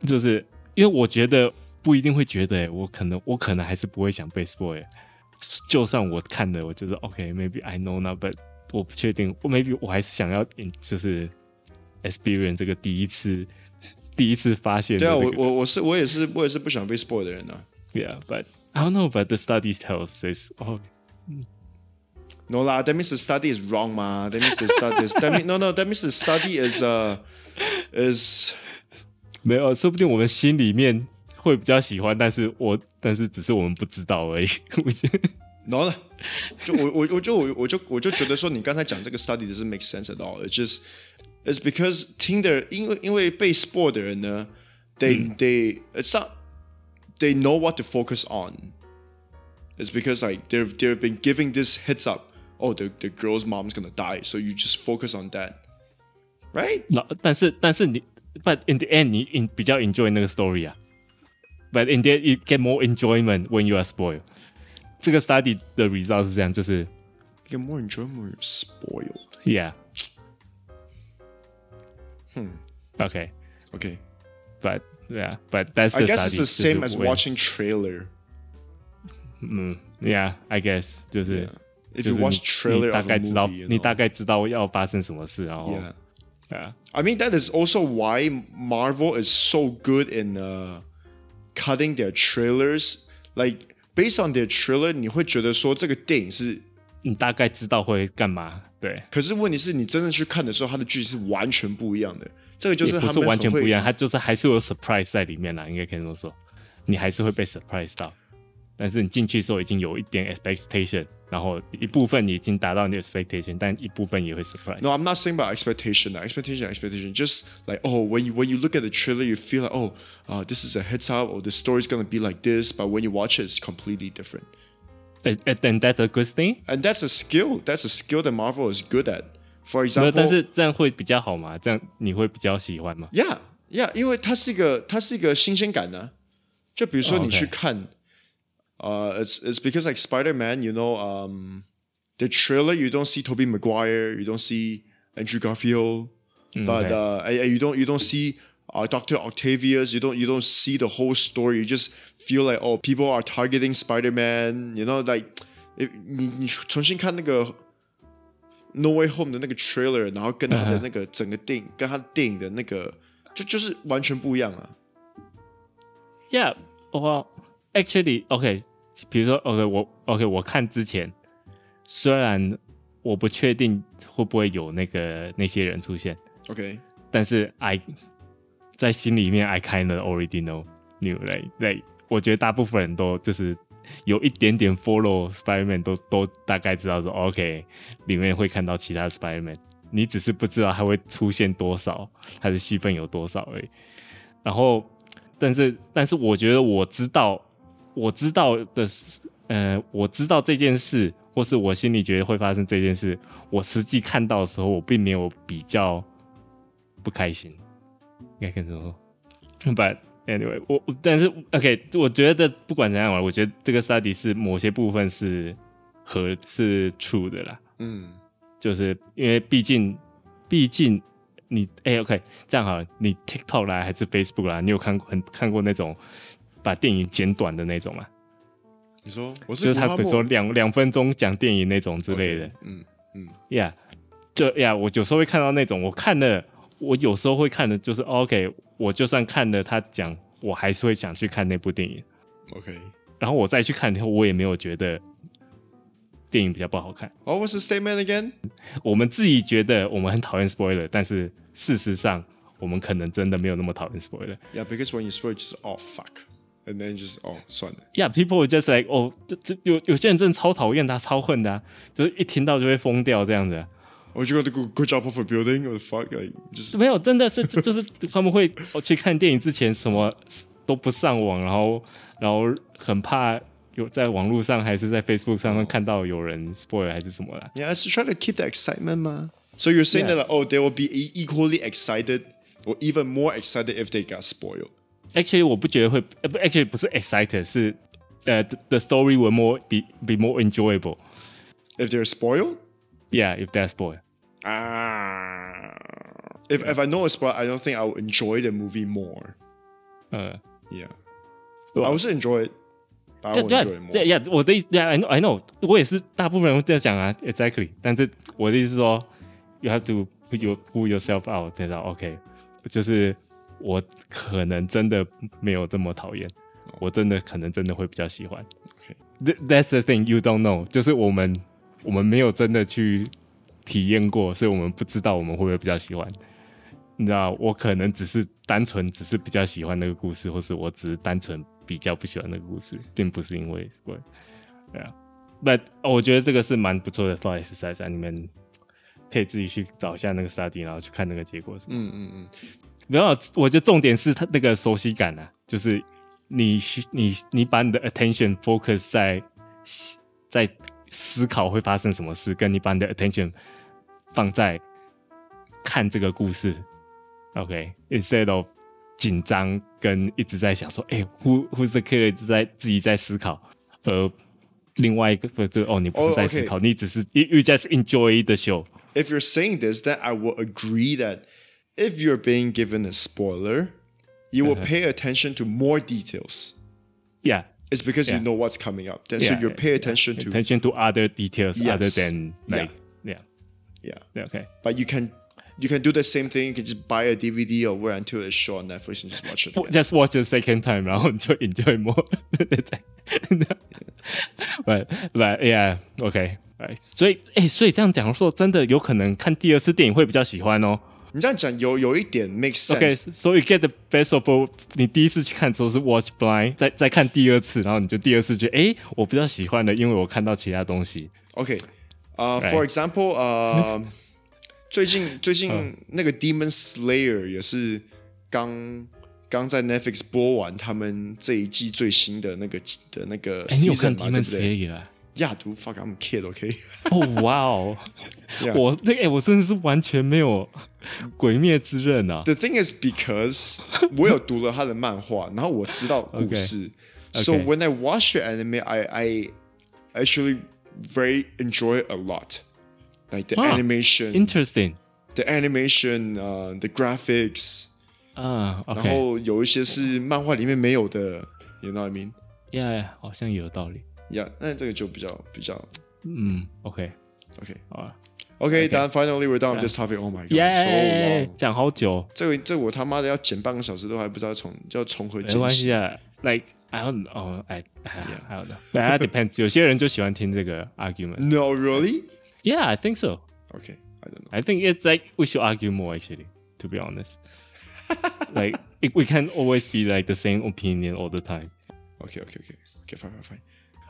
Speaker 2: 就是因为我觉得不一定会觉得、欸，我可能我可能还是不会想 baseball、欸。就算我看了，我觉得 OK，maybe、I know now，but 我不确定，我 maybe 我还是想要嗯就是 experience 这个第一次第一次发现、
Speaker 1: 对啊，
Speaker 2: 这
Speaker 1: 我
Speaker 2: 个
Speaker 1: 我我是我也是我也是不喜欢被 spoil 的人啊。
Speaker 2: yeah，but I don't know，but the studies tells this 哦、
Speaker 1: No lah, that means the study is wrong, ma. That means the study is that mean, no no. That means the study is uh is
Speaker 2: 没有，说不定我们心里面会比较喜欢，但是我但是只是我们不知道而已。 <laughs> 我觉得
Speaker 1: no 了。就我我我就我我就我就觉得说，你刚才讲这个 study doesn't make sense at all. It's just it's because 听的，因为因为被 spoil 的人呢，they、they it's not they know what to focus on. It's because like they've they've been giving this heads up. Oh, the the girl's mom's gonna die, so you just focus on that, right?
Speaker 2: 老，但是但是你，but in the end，你 in 比较 enjoy 那个 story 啊。But in the end, you get more enjoyment when you are spoiled。这个 study 的 result 是这样，就是
Speaker 1: You get more enjoyment when you're spoiled.
Speaker 2: yeah，嗯，OK，but、
Speaker 1: Hmm Okay.
Speaker 2: yeah，but that's the
Speaker 1: I guess it's
Speaker 2: study,
Speaker 1: the same
Speaker 2: 就
Speaker 1: as
Speaker 2: 是 when-
Speaker 1: watching trailer.
Speaker 2: Yeah，I guess 就是
Speaker 1: If
Speaker 2: 就
Speaker 1: you
Speaker 2: 是
Speaker 1: watch
Speaker 2: 你
Speaker 1: trailer
Speaker 2: 你大
Speaker 1: of
Speaker 2: 概
Speaker 1: a
Speaker 2: 知道
Speaker 1: movie, you
Speaker 2: 你
Speaker 1: know,
Speaker 2: 大概知道要发生什么事，然后
Speaker 1: yeah.
Speaker 2: 啊
Speaker 1: I mean that is also why Marvel is so good in uh, cutting their trailers. Like based on their trailer，你会觉得说这个电影是，
Speaker 2: 你大概知道会干嘛，对，
Speaker 1: 可是问题是你真的去看的时候，它的剧情是完全不一样的。这个就
Speaker 2: 也
Speaker 1: 他
Speaker 2: 不
Speaker 1: 们
Speaker 2: 是
Speaker 1: 很
Speaker 2: 完全不
Speaker 1: 会
Speaker 2: 一样，它就是还是有 surprise 在里面啦，应该可以这么说，你还是会被 surprise 到。但是你进去的时候已经有一点 expectation，然后一部分你已经达到你的 expectation，但一部分也会 surprise。
Speaker 1: No, I'm not saying about expectation. uh, Expectation, expectation. Just like oh, when you when you look at the trailer, you feel like oh, uh, this is a heads up, or the story's gonna be like this. But when you watch it, it's completely different.
Speaker 2: And and then that's a good thing。
Speaker 1: And that's a skill. That's a skill that Marvel is good at. For
Speaker 2: 没呃有，但
Speaker 1: example,
Speaker 2: 是这样会比较好嘛？这样你会比较喜欢吗？
Speaker 1: yeah, yeah，因为它是一个它是一个新鲜感呢、就比如说
Speaker 2: Oh,
Speaker 1: 你去
Speaker 2: okay.
Speaker 1: 看，呃、i t s it's because like Spider Man, you know, um, the trailer you don't see Tobey Maguire, you don't see Andrew Garfield, but
Speaker 2: okay.
Speaker 1: uh, and- and you don't you don't see uh, Doctor Octavius, you don't you don't see the whole story. You just feel like oh, people are targeting Spider Man, you know, like 诶你你重新看那个 No Way Home 的那个 trailer，然后跟他的那个整个电影跟他电影的那个就就是完全不一样啊。
Speaker 2: Yeah，我 actually OK，比如说 OK，我 OK，我看之前，虽然我不确定会不会有那个那些人出现，
Speaker 1: OK，
Speaker 2: 但是 I 在心里面 I kind of already know knew like like 我觉得大部分人都就是有一点点 follow Spiderman 都都大概知道说 OK 里面会看到其他 Spiderman，你只是不知道他会出现多少，他的戏份有多少而已。然后，但是但是我觉得我知道我知道的是呃我知道这件事，或是我心里觉得会发生这件事，我实际看到的时候，我并没有比较。不开心，应该跟这么说。But anyway，我我但是 OK，我觉得不管怎样玩，我觉得这个 study 是某些部分是和是 true 的啦，
Speaker 1: 嗯
Speaker 2: 就是因为毕竟毕竟你哎、OK，这样好了，你 TikTok 啦还是 Facebook 啦，你有看过很看过那种把电影剪短的那种吗？
Speaker 1: 你说我
Speaker 2: 就是是
Speaker 1: 古
Speaker 2: 他
Speaker 1: 花
Speaker 2: 比如
Speaker 1: 木
Speaker 2: 说两两分钟讲电影那种之类的。
Speaker 1: OK，嗯，
Speaker 2: 呀，这呀，我有时候会看到那种，我看了，我有时候会看的，就是 OK，我就算看了他讲，我还是会想去看那部电影。
Speaker 1: OK。
Speaker 2: 然后我再去看以后，我也没有觉得电影比较不好看。
Speaker 1: What was the statement again?
Speaker 2: 我们自己觉得我们很讨厌 spoiler，但是事实上我们可能真的没有那么讨厌 spoiler。
Speaker 1: Yeah, because when you spoil, just oh fuck, and then just oh 算了。
Speaker 2: Yeah, people are just like 哦，这这有有些人真的超讨厌他、超恨的、啊，就是一听到就会疯掉这样子啊、
Speaker 1: Oh, you got a good, good job off a building? What the fuck? Like just
Speaker 2: 没有，真的是 <laughs> 就就是他们会我去看电影之前什么都不上网，然后然后很怕有在网络上还是在 Facebook 上面看到有人 spoil 还是什么啦。
Speaker 1: yeah, it's trying to keep the excitement, ma. So you're saying
Speaker 2: Yeah.
Speaker 1: that like, oh, they will be e- equally excited or even more excited if they got spoiled.
Speaker 2: Actually，我不觉得会，呃，不，actually 不是 excited，是呃、t h e story will more be be more enjoyable。
Speaker 1: If they're spoiled,
Speaker 2: Yeah，if that's boy。
Speaker 1: ah, if if I know it's spoiled, I don't think I will enjoy the movie more.
Speaker 2: 呃，
Speaker 1: Yeah,
Speaker 2: Well-
Speaker 1: I also enjoy it. But I
Speaker 2: 这
Speaker 1: will
Speaker 2: 这
Speaker 1: enjoy it more.
Speaker 2: 这呀，我的意，yeah，I know，I know，我也是大部分人会这样讲啊，exactly。但是我的意思是说，you have to put your pull yourself out，知道？OK，就是我可能真的没有这么讨厌，我真的可能真的会比较喜欢。OK，that's the thing you don't know，就是我们我们没有真的去体验过，所以我们不知道我们会不会比较喜欢。你知道，我可能只是单纯只是比较喜欢那个故事，或是我只是单纯比较不喜欢那个故事，并不是因为鬼。对啊，But 哦我觉得这个是蛮不错的 thought exercise，、啊、你们可以自己去找一下那个 study，然后去看那个结果是。
Speaker 1: Mm,
Speaker 2: 嗯嗯嗯。然后我觉得重点是它那个熟悉感啊，就是你需你你把你的 attention focus 在在思考会发生什么事，跟你把你的 attention 放在看这个故事，OK，instead、of 紧张跟一直在想说，哎、w h o who's the killer 一直在自己在思考，而另外一个就哦，你不是在思考
Speaker 1: 哦
Speaker 2: 你只是 you you just enjoy the show。
Speaker 1: if you're saying this, then I will agree that if you're being given a spoiler, you
Speaker 2: Uh-huh.
Speaker 1: will pay attention to more details.
Speaker 2: Yeah,
Speaker 1: It's because
Speaker 2: Yeah.
Speaker 1: you know what's coming up. Then so
Speaker 2: yeah,
Speaker 1: you pay attention
Speaker 2: yeah,
Speaker 1: to
Speaker 2: attention to other details other
Speaker 1: Yes,
Speaker 2: than like yeah,
Speaker 1: yeah.
Speaker 2: yeah, okay.
Speaker 1: But you can you can do the same thing. You can just buy a DVD or wait until it's show on Netflix and just watch it. again.
Speaker 2: Just watch the second time，然后你就 enjoy more <laughs> 对。对对 But but yeah, OK. Right. 所以哎，所以这样讲说，真的有可能看第二次电影会比较喜欢哦。
Speaker 1: 你这样讲有有一点 makes sense.
Speaker 2: OK，所以 get the best of both。你第一次去看的时候是 watch blind，再再看第二次，然后你就第二次觉得哎，我比较喜欢的，因为我看到其他东西。
Speaker 1: Okay. Uh, For example, uh, 最近最近那个 Demon Slayer 也是刚刚在 Netflix 播完他们这一季最新的那个的那个
Speaker 2: 哎，你有
Speaker 1: season
Speaker 2: 看
Speaker 1: 嘛，对
Speaker 2: Demon
Speaker 1: 不对
Speaker 2: Slayer 啊？
Speaker 1: ？Yeah, dude, fuck, I'm a kid, okay.
Speaker 2: 哦，哇哦！
Speaker 1: <laughs> Yeah
Speaker 2: 我那个哎，我真的是完全没有《鬼灭之刃》啊。
Speaker 1: <laughs> The thing is
Speaker 2: <laughs>
Speaker 1: because 我有读了他的漫画，然后我知道故事。So
Speaker 2: Okay.
Speaker 1: when I watch the anime, I I actually very enjoy it a lot, like the
Speaker 2: 啊
Speaker 1: animation,
Speaker 2: Interesting。
Speaker 1: the animation, uh, the graphics.
Speaker 2: 啊，OK、o
Speaker 1: 然
Speaker 2: k
Speaker 1: 后有一些是漫画里面没有的，you know what I mean？
Speaker 2: 呀，好像也有道理。
Speaker 1: Yeah，那这个就比较比较
Speaker 2: 嗯，OK，
Speaker 1: OK
Speaker 2: 好啊。
Speaker 1: OK。当然，finally we're done with this topic。Oh my god，so
Speaker 2: 耶
Speaker 1: long！
Speaker 2: 讲好久，
Speaker 1: 这个这我他妈的要剪半个小时都还不知道从要从何
Speaker 2: 没
Speaker 1: 剪
Speaker 2: 关
Speaker 1: 起。
Speaker 2: 系啊。Like I don't know, 哦 I I don't know. That depends. 有些人就喜欢听这个 argument.
Speaker 1: No really？OK，I、
Speaker 2: Yeah, I think so.
Speaker 1: don't know。
Speaker 2: I think it's like we should argue more actually. To
Speaker 1: <laughs>
Speaker 2: be honest, like it, we can always be like the same opinion all the time.
Speaker 1: OK OK OK OK fine fine fine。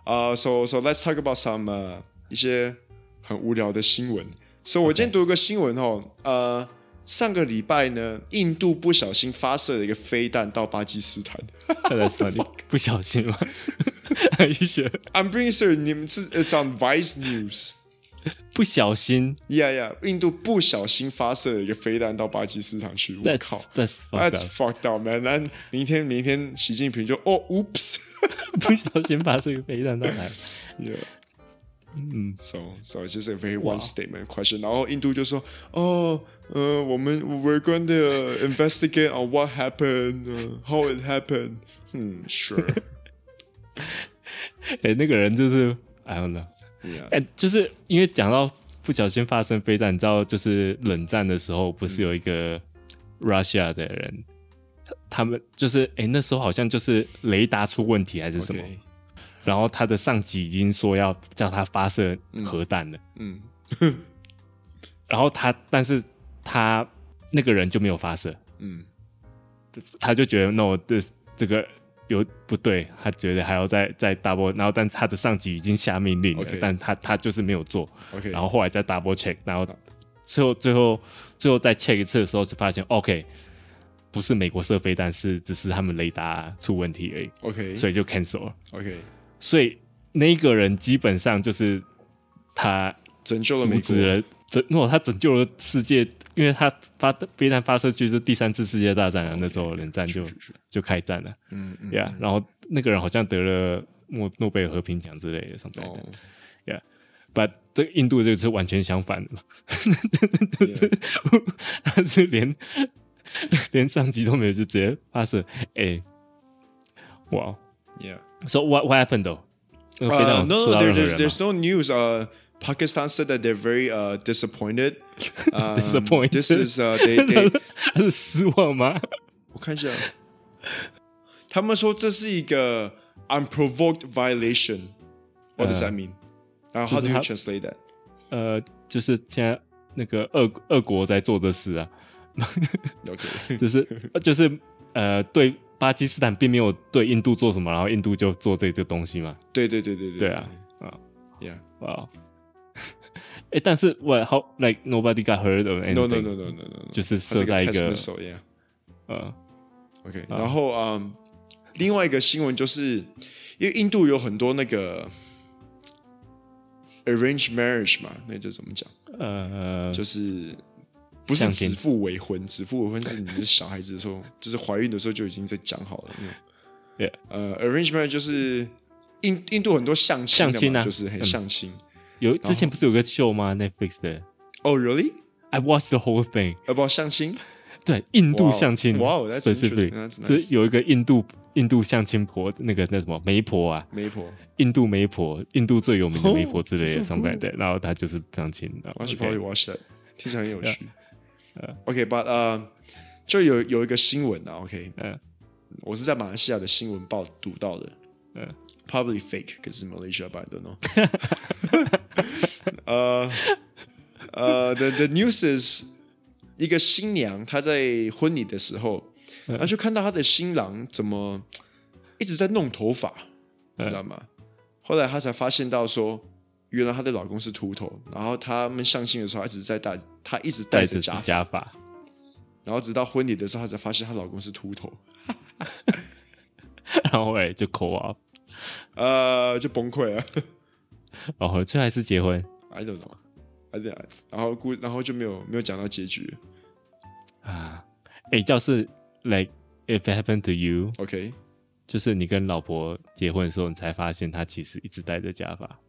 Speaker 1: 啊，so so let's talk about some、uh, 一些很无聊的新闻。So 我今天读一个新闻哦，呃，上个礼拜呢，印度不小心发射了一个飞弹到巴基斯坦。
Speaker 2: That's funny. 不小心吗 <laughs> ？Are you sure？
Speaker 1: I'm pretty sure 你们是 It's on Vice News。
Speaker 2: 不小心
Speaker 1: Yeah, yeah，印度不小心发射了一个飞弹到巴基斯坦去。我
Speaker 2: ？That's
Speaker 1: 靠
Speaker 2: that's
Speaker 1: ，That's
Speaker 2: fucked up.
Speaker 1: fucked up, man。那明天明天习近平就哦，Oops。 <laughs>
Speaker 2: <laughs> 不小心把这个飞弹到来。
Speaker 1: Yeah. So, so it's just a very one statement question. 然后印度就说：“哦，呃，我们 we're going to investigate on what happened,、how uh, it happened. 嗯，sure.
Speaker 2: 哎、那个人就是，I don't know，
Speaker 1: Yeah.
Speaker 2: 哎、就是因为讲到不小心发生飞弹，你知道，就是冷战的时候，不是有一个 Russia 的人，他他们就是哎、那时候好像就是雷达出问题还是什么
Speaker 1: Okay.
Speaker 2: 然后他的上级已经说要叫他发射核弹了， <laughs>
Speaker 1: 嗯，
Speaker 2: 然后他但是他那个人就没有发射，
Speaker 1: 嗯，
Speaker 2: 他就觉得 no 这这个有不对，他觉得还要再再 double，然后但他的上级已经下命令了
Speaker 1: OK
Speaker 2: 但他他就是没有做，
Speaker 1: OK，
Speaker 2: 然后后来再 double check，然后最后最后最后再 check 一次的时候就发现 OK 不是美国射飞弹，是只是他们雷达出问题而已，
Speaker 1: OK
Speaker 2: 所以就 cancel 了。
Speaker 1: OK，
Speaker 2: 所以那个人基本上就是他
Speaker 1: 拯救了美
Speaker 2: 阻
Speaker 1: 国
Speaker 2: 止，了拯，如果他拯救了世界，因为他发飞弹发射区是第三次世界大战啊，那时候冷战就就开战了，
Speaker 1: 嗯嗯，
Speaker 2: 呀、然后那个人好像得了诺诺贝尔和平奖之类的，something like
Speaker 1: 哦
Speaker 2: that，but 这个印度这个是完全相反的嘛，
Speaker 1: ，yeah，
Speaker 2: <laughs> 他是连连上级都没有，就直接发射，哎、哇、
Speaker 1: yeah。
Speaker 2: so what what happened though？那个飞弹
Speaker 1: Uh,
Speaker 2: 有
Speaker 1: no,
Speaker 2: 射
Speaker 1: no,
Speaker 2: 到
Speaker 1: there,
Speaker 2: 任何
Speaker 1: there's,
Speaker 2: 人吗
Speaker 1: there's no news. Uh, Pakistan said that they're very uh, disappointed.
Speaker 2: <laughs>
Speaker 1: Um,
Speaker 2: Disappointed.
Speaker 1: This is uh,
Speaker 2: <laughs>
Speaker 1: they, they
Speaker 2: 他是失望吗？
Speaker 1: 我看一下，他们说这是一个 unprovoked um, violation. What does that
Speaker 2: Uh,
Speaker 1: mean? 然后 how do you
Speaker 2: 就
Speaker 1: translate that?
Speaker 2: <laughs> 呃，就是现在那个俄俄国在做的事啊，
Speaker 1: <laughs> OK， <laughs>
Speaker 2: <laughs> 就是就是呃，对巴基斯坦并没有对印度做什么，然后印度就做这个东西嘛，
Speaker 1: 对对对对对，
Speaker 2: 对啊，啊，
Speaker 1: ，Yeah.
Speaker 2: 哇 <laughs> 哦，哎，但是 what how like nobody got hurt or anything？
Speaker 1: No, no, no, no, no, no. no.
Speaker 2: 就是
Speaker 1: 它是
Speaker 2: 射在一个
Speaker 1: test missile, yeah.
Speaker 2: 呃，
Speaker 1: OK，、然后嗯，另外一个新闻就是，因为印度有很多那个 arrange marriage 嘛，那这怎么讲？
Speaker 2: 呃呃，
Speaker 1: 就是不是
Speaker 2: 相亲
Speaker 1: 指腹为婚，指腹为婚是你是小孩子的时
Speaker 2: <laughs>
Speaker 1: 候，就是怀孕的时候就已经在讲好了那种。
Speaker 2: Yeah
Speaker 1: 呃，arrange marriage 就是印印度很多相亲的嘛，
Speaker 2: 相亲啊
Speaker 1: 就是很
Speaker 2: 嗯
Speaker 1: 相亲。
Speaker 2: 有之前不是有个秀吗？Netflix 的
Speaker 1: 哦、r e a l l y
Speaker 2: ，I watched the whole thing。
Speaker 1: about 相亲？
Speaker 2: 对，印度
Speaker 1: Wow
Speaker 2: 相亲
Speaker 1: Wow，that's
Speaker 2: ，specific，
Speaker 1: 哦 interesting，that's nice
Speaker 2: 就是有一个印度印度相亲婆，那个那什么媒婆啊，
Speaker 1: 媒婆
Speaker 2: 印度媒婆，印度最有名的媒婆之类
Speaker 1: Oh,
Speaker 2: 的
Speaker 1: so
Speaker 2: 上百的，然后她就是钢琴，然后
Speaker 1: ，I should
Speaker 2: OK
Speaker 1: probably watch that，听起来很有趣。OK，but、呃，就有有一个新闻啊，OK，
Speaker 2: 嗯
Speaker 1: 我是在马来西亚的新闻报读到的，
Speaker 2: 嗯
Speaker 1: ，probably fake，可是 Malaysia but I don't know 呃呃，the the news is 一个新娘她在婚礼的时候，然后就看到她的新郎怎么一直在弄头发，你知道吗？后来她才发现到说。原来她的老公是秃头，然后他们相亲的时候，她一直在戴，她一直戴
Speaker 2: 戴
Speaker 1: 着
Speaker 2: 着
Speaker 1: 假发，
Speaker 2: 假发， <laughs>
Speaker 1: 然后直到婚礼的时候，她才发现她老公是秃头，
Speaker 2: 然后后来就扣啊，
Speaker 1: 呃，就崩溃了。 <laughs>
Speaker 2: 然后最后还是结婚，
Speaker 1: I don't know，I don't，然后故然后就没有没有讲到结局。
Speaker 2: 啊，哎，要是 like if it happened to you，
Speaker 1: OK，
Speaker 2: 就是你跟老婆结婚的时候，你才发现她其实一直戴着假发，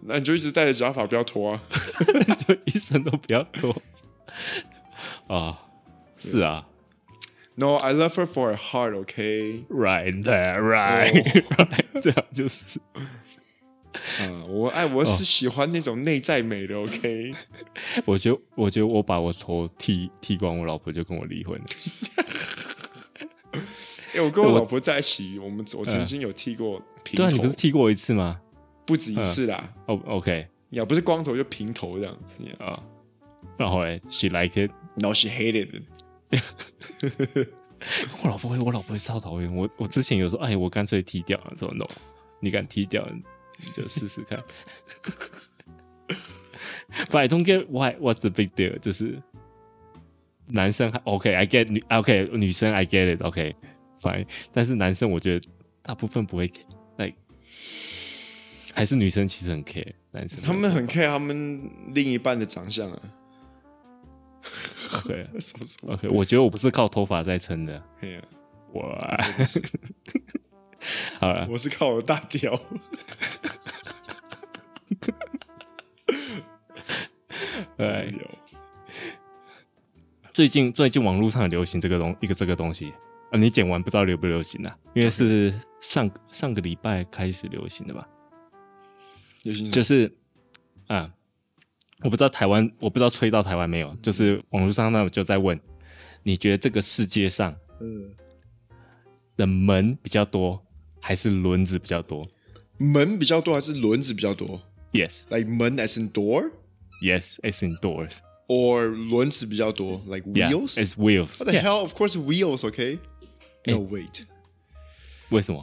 Speaker 2: <laughs>
Speaker 1: 那你就一直戴着假发，不要脱啊。
Speaker 2: 就一生都不要脱 <laughs> 啊，是啊
Speaker 1: No，I love her for her heart。OK，
Speaker 2: ，right there，right，这 <laughs> 样就是。
Speaker 1: 嗯，我爱我
Speaker 2: 哦
Speaker 1: 是喜欢那种内在美的。OK，
Speaker 2: <laughs> 我觉得，我觉得我把我头剃剃光，我老婆就跟我离婚了。
Speaker 1: 哎，我跟我老婆在一起，我们我曾经有剃过平
Speaker 2: 对啊，你不
Speaker 1: 头
Speaker 2: 是，剃过一次吗？
Speaker 1: 不止一次啦。
Speaker 2: 哦、o k
Speaker 1: 也不是光头就平头这样子。
Speaker 2: 啊、然后嘞，she like it，
Speaker 1: No, she hated it。
Speaker 2: 我老婆会，我老婆会超讨厌我。我之前有说，哎，我干脆剃掉，她说 no，你敢剃掉，你就试试看。But I don't get why what's the big deal？就是男生还 OK，I、get 女 OK 女生 I get it，OK、fine，但是男生我觉得大部分不会 care，like 还是女生其实很 care，男生
Speaker 1: 他们很 care 他们另一半的长相啊。 <laughs>
Speaker 2: OK 哦
Speaker 1: So sorry
Speaker 2: OK，我觉得我不是靠头发在撑的，
Speaker 1: 嘿啊
Speaker 2: 我 <laughs> 好了，
Speaker 1: 我是靠我的大屌。
Speaker 2: 哎，最近最近网络上很流行这个东一个这个东西啊，你剪完不知道流不流行啊？因为是上上个礼拜开始流行的吧？
Speaker 1: 有心
Speaker 2: 就
Speaker 1: 就是
Speaker 2: 啊，我不知道台湾，我不知道吹到台湾没
Speaker 1: 嗯
Speaker 2: 有，就是网络上他们就在问，你觉得这个世界上
Speaker 1: 嗯，
Speaker 2: 的门比较多，还是轮子比较多
Speaker 1: 门比较多还是轮子比较多
Speaker 2: ？Yes,
Speaker 1: ？Like 门 as in door？
Speaker 2: yes, it's indoors.
Speaker 1: or 轮子比较多，like
Speaker 2: Yeah,
Speaker 1: wheels。
Speaker 2: it's wheels.
Speaker 1: What the
Speaker 2: Yeah.
Speaker 1: hell? Of course, wheels. Okay. No, wait.
Speaker 2: 为什么？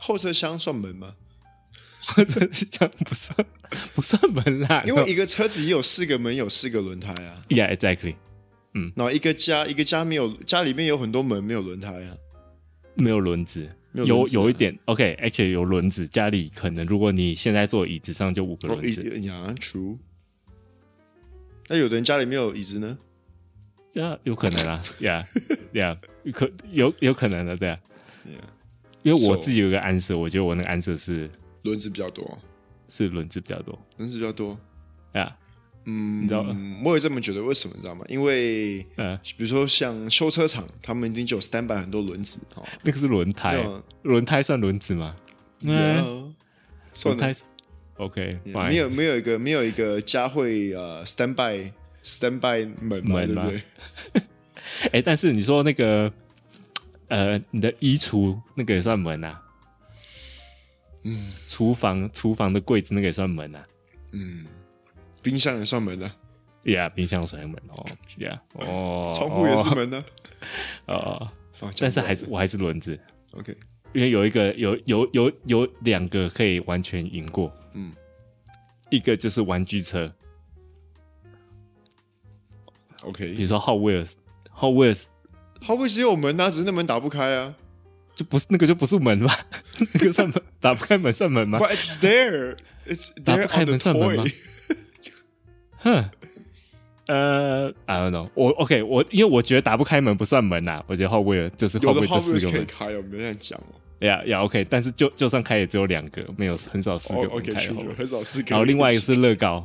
Speaker 1: 后车厢算门
Speaker 2: <laughs>
Speaker 1: 吗？
Speaker 2: 这样不算不算门啦，
Speaker 1: 因为一个车子也有四个门，有四个轮胎啊。
Speaker 2: no. yeah exactly
Speaker 1: 然后一个家，一个家没有，家里面有很多门，没有轮胎啊。
Speaker 2: 没有轮子，
Speaker 1: 没有轮子啊
Speaker 2: 有一点 OK，而且有轮子，家里可能如果你现在坐椅子上就五个
Speaker 1: 哦，
Speaker 2: 轮
Speaker 1: 椅
Speaker 2: 子，
Speaker 1: 呀，true。那有的人家里没有椅子呢？
Speaker 2: 这、样有可
Speaker 1: <laughs>
Speaker 2: 能啊，yeah yeah 可有有可能的对啊
Speaker 1: Yeah
Speaker 2: 因为我
Speaker 1: So-
Speaker 2: 自己有一个安 r 我觉得我那个安 r 是
Speaker 1: 轮子比较多，
Speaker 2: 是轮子比较多
Speaker 1: 轮子比较多。
Speaker 2: 啊，
Speaker 1: 嗯，
Speaker 2: 你知道
Speaker 1: 嗯我也这么觉得。为什么你知道吗？因为
Speaker 2: 嗯，
Speaker 1: 比如说像修车厂，他们一定就有 standby 很多轮子哦。
Speaker 2: 那个是轮胎
Speaker 1: 对啊，
Speaker 2: 轮胎算轮子吗？嗯，
Speaker 1: Yeah，算
Speaker 2: 轮
Speaker 1: 了
Speaker 2: 胎。是 OK，
Speaker 1: 没有没有一个没有一个家会呃 standby standby 门嘛，
Speaker 2: 门啊
Speaker 1: 对
Speaker 2: 吗
Speaker 1: 不对？
Speaker 2: 哎、但是你说那个，呃，你的衣橱那个也算门啊？嗯，厨房厨房的柜子那个也算门啊？
Speaker 1: 嗯冰箱也算门啊，
Speaker 2: 呀、yeah,，冰箱算门哦，呀、yeah,，哦，
Speaker 1: 窗户也是门呢。
Speaker 2: 哦哦，
Speaker 1: 哦，这样
Speaker 2: 但是
Speaker 1: 子
Speaker 2: 还是我还是轮子，
Speaker 1: OK。
Speaker 2: 因为有一个有有有有两个可以完全赢过，
Speaker 1: 嗯，
Speaker 2: 一个就是玩具车，比
Speaker 1: OK，
Speaker 2: 如说 Hot Wheels。Hot Wheels
Speaker 1: 它会只有门啊，只是那门打不开啊。
Speaker 2: 就不是那个就不是门吧？ <laughs> 那个算门打不开门算门吗？
Speaker 1: But it's there, it's
Speaker 2: 啊 <laughs> 打不
Speaker 1: there
Speaker 2: 开
Speaker 1: on the
Speaker 2: 门算门吗
Speaker 1: toy。
Speaker 2: 哼，呃，I don't know 我。OK，我因为我觉得打不开门不算门呐、我觉得后卫了就是后
Speaker 1: 有的
Speaker 2: 卫
Speaker 1: h o
Speaker 2: 这
Speaker 1: w
Speaker 2: 四
Speaker 1: e
Speaker 2: 个
Speaker 1: 可以
Speaker 2: 门，
Speaker 1: 开哦，没人讲哦。
Speaker 2: 呀呀 OK，但是就就算开也只有两个，没有很少四
Speaker 1: 哦
Speaker 2: 个门
Speaker 1: ，OK，
Speaker 2: 开的
Speaker 1: 去
Speaker 2: 后卫。
Speaker 1: 很少四个。
Speaker 2: 然后另外一个是乐高，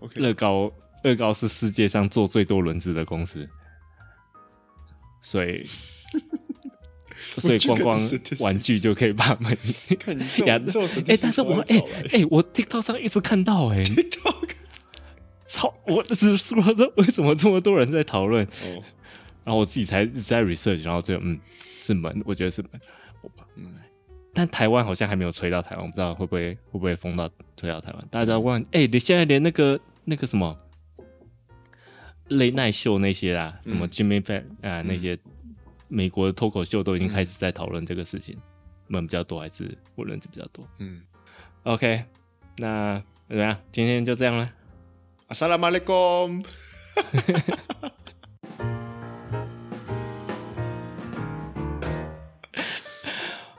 Speaker 1: OK，
Speaker 2: 乐高乐高是世界上做最多轮子的公司，所
Speaker 1: <laughs>
Speaker 2: 以所以光光
Speaker 1: Look at the statistics
Speaker 2: 玩具就可以把
Speaker 1: <laughs>
Speaker 2: 门
Speaker 1: 看你这
Speaker 2: 呀
Speaker 1: 种，这种神
Speaker 2: 哎
Speaker 1: 经，
Speaker 2: 但是我哎哎、我 TikTok 上一直看到哎、
Speaker 1: TikTok
Speaker 2: 超我只是说这为什么这么多人在讨论？
Speaker 1: 哦，
Speaker 2: 然后我自己才一直在 research，然后就嗯是门，我觉得是门。
Speaker 1: 嗯
Speaker 2: 但台湾好像还没有吹到台湾，不知道会不会会不会封到吹到台湾。大
Speaker 1: 嗯
Speaker 2: 家问，哎、你现在连那个那个什么雷奈秀那些啊，
Speaker 1: 嗯
Speaker 2: 什么 Jimmy Fallon 啊、那些美国的脱口秀都已经开始在讨论这个事情，门比较多还是我轮子比较多
Speaker 1: 嗯，
Speaker 2: ？OK，那怎么样？今天就这样了。
Speaker 1: 阿萨拉马勒贡。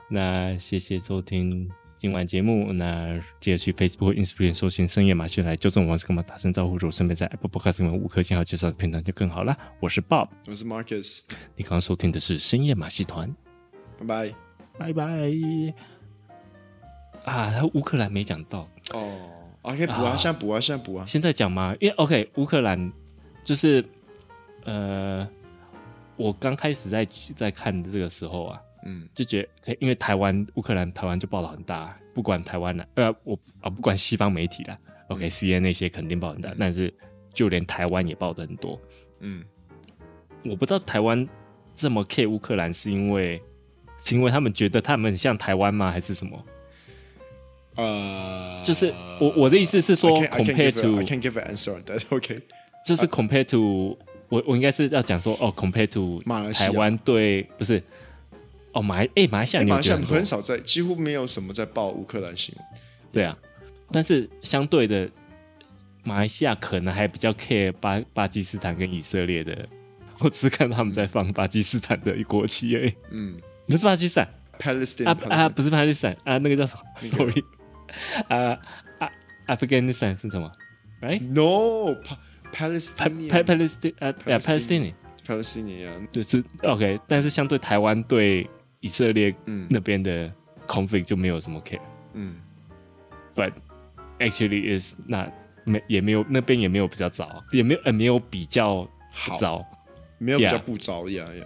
Speaker 2: 那谢谢收听今晚节目。那记得去 Facebook、Instagram 搜寻“深夜马戏来”，就跟我们跟我们打声招呼。如果顺便在 Apple Podcast 给我们五颗星好介绍的片段就更好啦。我是 Bob，
Speaker 1: 我是 Marcus，
Speaker 2: 你刚刚收听的是深夜马戏团，
Speaker 1: 拜拜。
Speaker 2: 拜拜。啊，他乌克兰没讲到，
Speaker 1: 哦，啊，可以补啊，现在补啊，现在补啊。
Speaker 2: 现在讲吗？因为 OK，乌克兰就是呃，我刚开始在在看这个时候啊，
Speaker 1: 嗯
Speaker 2: 就觉得，因为台湾、乌克兰、台湾就报道很大，不管台湾啦，呃，我啊不管西方媒体啦，OK，CNN
Speaker 1: 嗯
Speaker 2: 那些肯定报很大，但是就连台湾也报的很多。
Speaker 1: 嗯
Speaker 2: 我不知道台湾这么 care 乌克兰是因为是因为他们觉得他们很像台湾吗，还是什么？
Speaker 1: 啊，
Speaker 2: 就是我我的意思是说
Speaker 1: I can't- I can't
Speaker 2: ，compare
Speaker 1: give a-
Speaker 2: to
Speaker 1: I can't give an answer on that. <laughs> OK，
Speaker 2: 就是
Speaker 1: 啊
Speaker 2: compare to 我我应该是要讲说哦，compare to
Speaker 1: 马来西亚
Speaker 2: 台湾对不是哦马来哎、马来西亚你
Speaker 1: 马
Speaker 2: 有
Speaker 1: 来西
Speaker 2: 觉
Speaker 1: 亚
Speaker 2: 得很多
Speaker 1: 很少在，几乎没有什么在报乌克兰新闻。
Speaker 2: 对啊，但是相对的，马来西亚可能还比较 care 巴巴基斯坦跟以色列的。 <laughs> 我只看到他们在放巴基斯坦的国旗而已，
Speaker 1: 嗯
Speaker 2: 不是巴基斯坦
Speaker 1: ，Palestine
Speaker 2: 啊
Speaker 1: Palestine
Speaker 2: 啊，不是巴基斯坦啊，那个叫什么
Speaker 1: 那个
Speaker 2: ？Sorry，啊啊，Afghanistan 是什么？Right？
Speaker 1: No pa-
Speaker 2: 帕帕
Speaker 1: Palestinian
Speaker 2: 帕勒斯汀啊啊
Speaker 1: Palestinian
Speaker 2: ，Palestinian
Speaker 1: Palestinian
Speaker 2: 就是 OK，但是相对台湾对以色列
Speaker 1: 嗯
Speaker 2: 那边的 conflict 就没有什么 care。
Speaker 1: 嗯
Speaker 2: but actually is not 没也没有那边也没有比较早，也没有呃没有比较
Speaker 1: 好
Speaker 2: 早
Speaker 1: 没有比较
Speaker 2: Yeah
Speaker 1: 不着呀呀。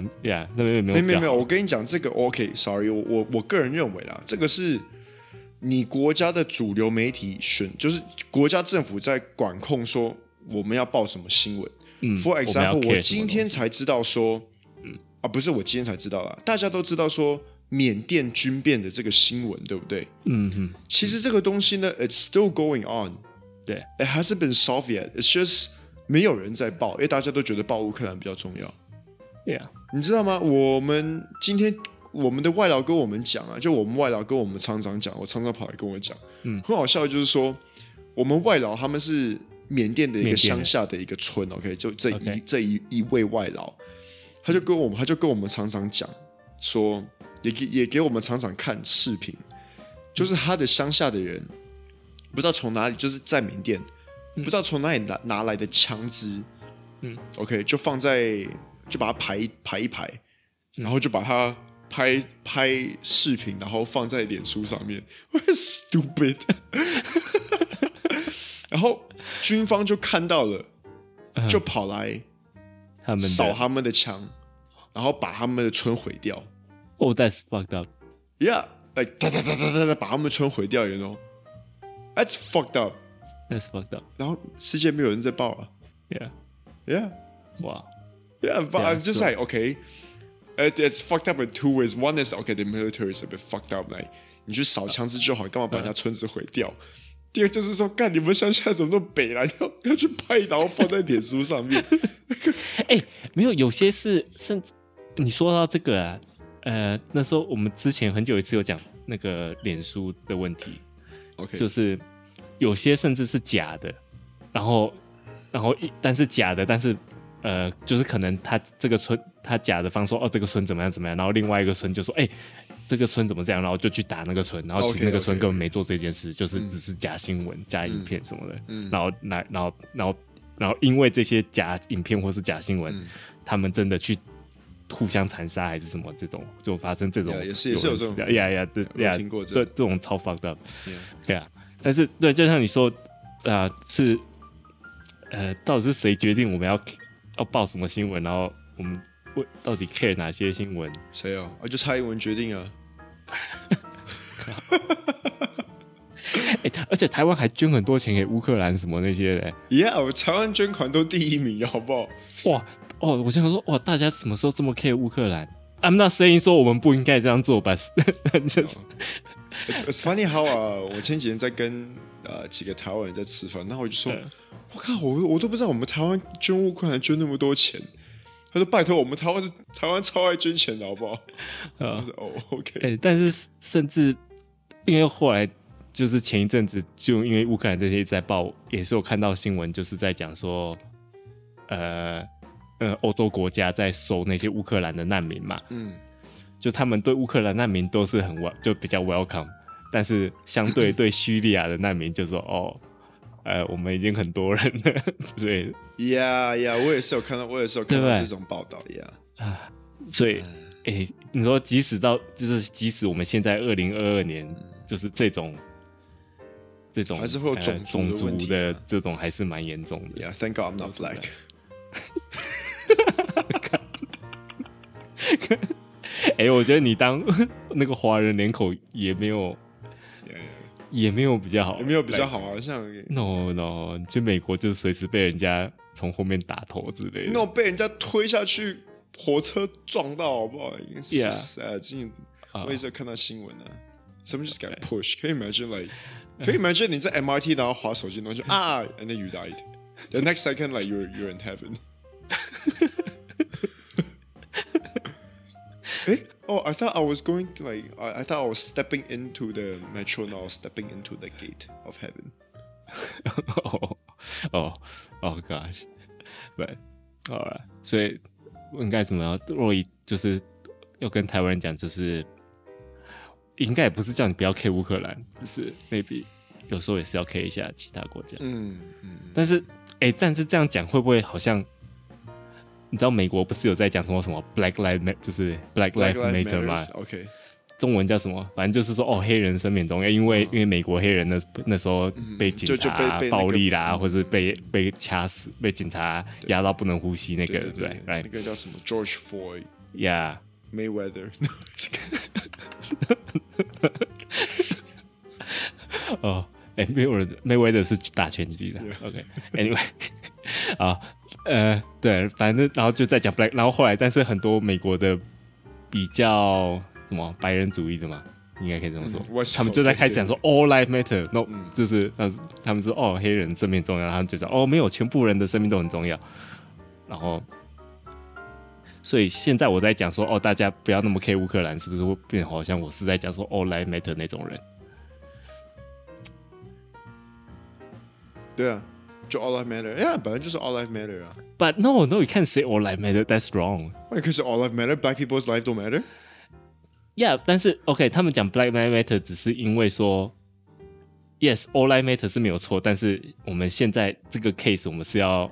Speaker 2: ，yeah yeah 那边也没有
Speaker 1: 没
Speaker 2: 比较
Speaker 1: 没没有，
Speaker 2: 好
Speaker 1: 我跟你讲这个 OK，sorry，、我我我个人认为啦，这个是你国家的主流媒体选，就是国家政府在管控说我们要报什么新闻。
Speaker 2: 嗯
Speaker 1: For
Speaker 2: 我们要
Speaker 1: example，
Speaker 2: care
Speaker 1: 我
Speaker 2: 什么
Speaker 1: 今天才知道说，啊，不是我今天才知道啦，大家都知道说缅甸军变的这个新闻，对不对？
Speaker 2: 嗯哼，
Speaker 1: 其实这个东西呢，it's still going on。
Speaker 2: 对
Speaker 1: ，it hasn't been solved yet. It's just 没有人在报，因为大家都觉得报乌克兰比较重要。
Speaker 2: 对啊，
Speaker 1: 你知道吗？我们今天我们的外劳跟我们讲啊，就我们外劳跟我们厂长讲，我厂长跑来跟我讲，
Speaker 2: 嗯
Speaker 1: 很好笑，就是说我们外劳他们是缅甸的一
Speaker 2: 缅
Speaker 1: 个
Speaker 2: 甸
Speaker 1: 乡
Speaker 2: 人
Speaker 1: 下的一个村，OK，就这一
Speaker 2: OK
Speaker 1: 这一一位外劳，他就跟我们他就跟我们厂长讲说，也给也给我们厂长看视频，就是他的乡下的人不知道从哪里，就是在缅甸，不知道从哪里拿拿来的枪支，
Speaker 2: 嗯
Speaker 1: ，OK，就放在就把它排一排一排，
Speaker 2: 嗯
Speaker 1: 然后就把它拍拍视频，然后放在脸书上面 <laughs> ，stupid。然后军方就看到了，
Speaker 2: 嗯
Speaker 1: 就跑来
Speaker 2: 他们
Speaker 1: 扫
Speaker 2: 的
Speaker 1: 他们的枪，然后把他们的村毁掉。
Speaker 2: 哦，that's fucked up。
Speaker 1: Yeah，来哒哒哒哒哒哒，把他们村毁掉，you know。That's fucked up。
Speaker 2: That's fucked up.
Speaker 1: 然后世界没有人在报啊
Speaker 2: Yeah.
Speaker 1: ，Yeah。
Speaker 2: Wow.
Speaker 1: Yeah, but
Speaker 2: Yeah,
Speaker 1: I'm just
Speaker 2: so-
Speaker 1: like, okay, it, it's fucked up in two ways. One is okay, the military is a bit fucked up. Like，你去扫枪支就
Speaker 2: Uh，
Speaker 1: 好，干嘛把人家村子毁掉？第二就是说，干你们乡下怎么那么北来，要要去拍，然后放在脸书上面。
Speaker 2: <laughs> 哎、没有，有些是甚至你说到这个啊，呃，那时候我们之前很久一次有讲那个脸书的问题，
Speaker 1: OK，
Speaker 2: 就是有些甚至是假的，然后然后一但是假的，但是呃，就是可能他这个村他假的方说哦这个村怎么样怎么样，然后另外一个村就说哎。这个村怎么这样？然后就去打那个村，然后其实
Speaker 1: OK，
Speaker 2: 那个村
Speaker 1: OK，
Speaker 2: 根本没做这件事就是
Speaker 1: 嗯
Speaker 2: 只是假新闻、假影片什么的。然后来，然后，然后，然后，因为这些假影片或是假新
Speaker 1: 嗯
Speaker 2: 闻，他们真的去互相残杀还是什么这种，就发生这种啊
Speaker 1: Yeah，也是也是有这种
Speaker 2: 呀呀对
Speaker 1: 我
Speaker 2: 呀，
Speaker 1: 听过这
Speaker 2: 对
Speaker 1: 种
Speaker 2: 这种超 fucked up，对啊。但是对，就像你说，啊、是呃，到底是谁决定我们要要报什么新闻，然后我们为到底 care 哪些新闻？
Speaker 1: 谁啊？啊，就蔡英文决定啊。
Speaker 2: 哎、他而且台湾还捐很多钱给乌克兰什么那些的、
Speaker 1: Yeah，我台湾捐款都第一名，好不好？
Speaker 2: 哇哦，我就想说，哇，大家什么时候这么 care 乌克兰？I'm not saying 说我们不应该这样做 <laughs> 吧，就是。
Speaker 1: It's it's funny how 啊、我前几天在跟呃几个台湾人在吃饭，然后我就说，我靠，我我都不知道我们台湾捐乌克兰捐那么多钱。他说：“拜托，我们台湾是台湾超爱捐钱的，好不好？”
Speaker 2: <laughs> 啊
Speaker 1: 我说：“哦，OK，
Speaker 2: 哎、但是甚至因为后来就是前一阵子，就因为乌克兰这些一直在报，也是有看到新闻，就是在讲说，呃呃，欧洲国家在收那些乌克兰的难民嘛，
Speaker 1: 嗯，
Speaker 2: 就他们对乌克兰难民都是很 wel 就比较 welcome，但是相对对叙利亚的难民就说哦。呃，我们已经很多人了 <laughs> 之类的，
Speaker 1: 呀呀，我也是有看到，我也是有看
Speaker 2: 对
Speaker 1: 到
Speaker 2: 不对
Speaker 1: 这种报道呀。
Speaker 2: 所
Speaker 1: 嗯
Speaker 2: 以，诶，你说即使到就是即使我们现在二零二二年，就是这种这种
Speaker 1: 还是会有
Speaker 2: 呃
Speaker 1: 种族的
Speaker 2: 种
Speaker 1: 问
Speaker 2: 族
Speaker 1: 题
Speaker 2: 的
Speaker 1: 啊
Speaker 2: 这种还是蛮严重的。
Speaker 1: Yeah，Thank God I'm not black。
Speaker 2: 诶，我觉得你当 <laughs> 那个华人脸口也没有
Speaker 1: Yeah, yeah.
Speaker 2: 也没有比较好，
Speaker 1: 有没有比较。好啊？像
Speaker 2: No No，你去美国就是随时被人家从后面打头之类的。
Speaker 1: 那种被人家推下去，火车撞到，好不好？Yeah，
Speaker 2: Yeah.
Speaker 1: 啊，最近
Speaker 2: 啊
Speaker 1: 我也是有看到新闻啊，someone just got pushed。可以 imagine
Speaker 2: <laughs>
Speaker 1: like，可以 imagine 你在 MRT 然后滑手机，然后就啊，and then you died。The next second like you're you're in
Speaker 2: <laughs>
Speaker 1: heaven。诶 Oh, I thought I was going to like, I, I thought I was stepping into the metro, now stepping into the gate of heaven.
Speaker 2: <laughs> 哦哦哦，gosh，对，好了，所以我应该怎么样？若以就是要跟台湾人讲，就是应该也不是叫你不要 K 乌克兰，只是 maybe 有时候也是要 K 一下其他国家。
Speaker 1: 嗯嗯，
Speaker 2: 但是，哎、但是这样讲会不会好像？你知道美国不是有在讲什么什么 Black Lives Matter，就是 Black
Speaker 1: Black
Speaker 2: Lives
Speaker 1: lives
Speaker 2: Matter 吗？
Speaker 1: matters. OK，
Speaker 2: 中文叫什么？反正就是说，哦，黑人生命中，因为因为美国黑人那那时候被
Speaker 1: 哦嗯
Speaker 2: 警
Speaker 1: 就就
Speaker 2: 察、
Speaker 1: 被被那个嗯
Speaker 2: 暴力啦，或者是被被掐死，被警察压到不能呼吸那个，
Speaker 1: 对
Speaker 2: 对
Speaker 1: 对
Speaker 2: 不对？Right？
Speaker 1: 那个叫什么 George Floyd。
Speaker 2: Yeah，
Speaker 1: Mayweather， <laughs>
Speaker 2: 哦，哎，没有人，没有人是打拳击的。OK，Anyway，啊，呃，对，反正然后就在讲 Black，然后后来，但是很多美国的比较什么白人主义的嘛，应该可以这么说。
Speaker 1: 嗯，White
Speaker 2: 他们就在
Speaker 1: supremacy
Speaker 2: 开始讲说 all life matter，no，、
Speaker 1: 嗯
Speaker 2: 就是呃，他们说哦黑人生命重要，他们就讲哦没有全部人的生命都很重要，然后。所以现在我在讲说哦，大家不要那么 K 乌克兰，是不是会变好像我是在讲说 all life matter 那种人？
Speaker 1: 对啊，就 all life matter，哎呀，本来就是 all life matter 啊。
Speaker 2: But no, no, you can't say all life matter. That's wrong.
Speaker 1: 那可是 all life matter，black people's life don't matter。
Speaker 2: Yeah，但是 OK，他们讲 black lives matter 只是因为说，yes, all life matter 是没有错，但是我们现在这个 case 我们是要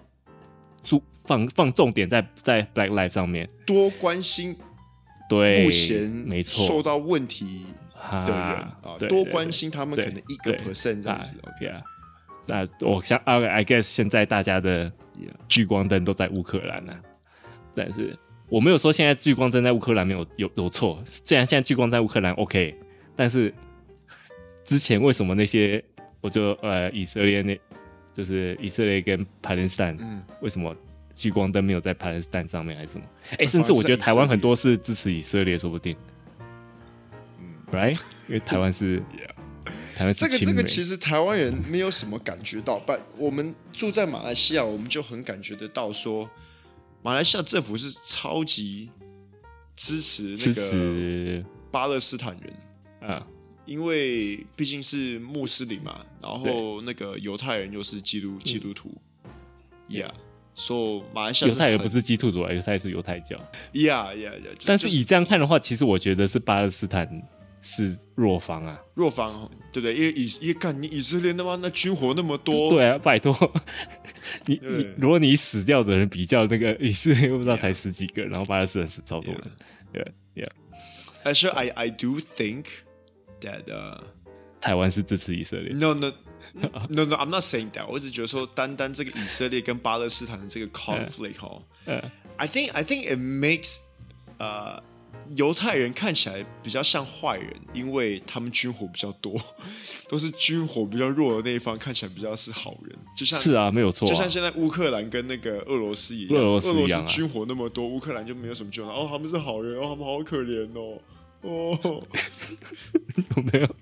Speaker 2: 注放放重点在在 black life 上面。
Speaker 1: 多关心
Speaker 2: 对，
Speaker 1: 目前
Speaker 2: 没
Speaker 1: 受
Speaker 2: 错
Speaker 1: 到问题
Speaker 2: 啊
Speaker 1: 的人啊，
Speaker 2: 对
Speaker 1: 多
Speaker 2: 对
Speaker 1: 关
Speaker 2: 对
Speaker 1: 心他们
Speaker 2: 对
Speaker 1: 可能一个
Speaker 2: 对
Speaker 1: percent 这样
Speaker 2: 啊
Speaker 1: 子。
Speaker 2: ，OK 啊。那我想啊，I guess 现在大家的
Speaker 1: Yeah
Speaker 2: 聚光灯都在乌克兰呢、但是我没有说现在聚光灯在乌克兰没有有有错，虽然现在聚光灯在乌克兰 OK，但是之前为什么那些我就呃以色列那就是以色列跟巴勒斯坦，
Speaker 1: 嗯
Speaker 2: 为什么聚光灯没有在巴勒斯坦上面还是什么？哎、
Speaker 1: 啊
Speaker 2: 甚至我觉得
Speaker 1: 反而是以色列
Speaker 2: 台湾很多是支持以色列，说不定。Right，因为台
Speaker 1: <laughs>
Speaker 2: 湾是台湾是
Speaker 1: 嗯这个这
Speaker 2: 亲
Speaker 1: 个
Speaker 2: 美
Speaker 1: 其实台湾人没有什么感觉到，但我们住在马来西亚，我们就很感觉得到说，马来西亚政府是超级支持那
Speaker 2: 支
Speaker 1: 个
Speaker 2: 持
Speaker 1: 巴勒斯坦人，
Speaker 2: 啊，
Speaker 1: 因为毕竟是穆斯林嘛，然后
Speaker 2: 对
Speaker 1: 那个犹太人又是基督基督徒，Yeah，所、so, 以马来西亚
Speaker 2: 嗯犹太人不
Speaker 1: 很
Speaker 2: 是基督徒啊，犹太人是犹太教。
Speaker 1: ，Yeah Yeah Yeah，
Speaker 2: 但
Speaker 1: 就是
Speaker 2: 以这样看的话，其实我觉得是巴勒斯坦是弱方啊。
Speaker 1: 弱方对不对？因为以也干你以色列他妈那军火那么多，
Speaker 2: 对啊，拜托， <laughs> 你你
Speaker 1: 哦对啊
Speaker 2: 如果你死掉的人比较那个以色列，不知道才十几个，然后巴勒斯坦死超多人。对，Yeah，啊
Speaker 1: Actually, I I do think that uh
Speaker 2: 台湾是支持以色列。
Speaker 1: no no
Speaker 2: <laughs>
Speaker 1: no no I'm not saying that. 我只觉得说，单单这个以色列跟巴勒斯坦的这个 conflict 哦、
Speaker 2: 嗯
Speaker 1: i think I think it makes 呃犹太人看起来比较像坏人，因为他们军火比较多， <laughs> 都是军火比较弱的那一方看起来比较是好人，就像
Speaker 2: 是啊，没有错、
Speaker 1: 就
Speaker 2: 啊
Speaker 1: 像。现在乌克兰跟那个俄罗斯一样，
Speaker 2: 俄罗斯一样啊
Speaker 1: 军火那么多，乌克兰就没有什么救援。哦，他们是好人，哦，他们好可怜哦，哦，
Speaker 2: <laughs> 有没有？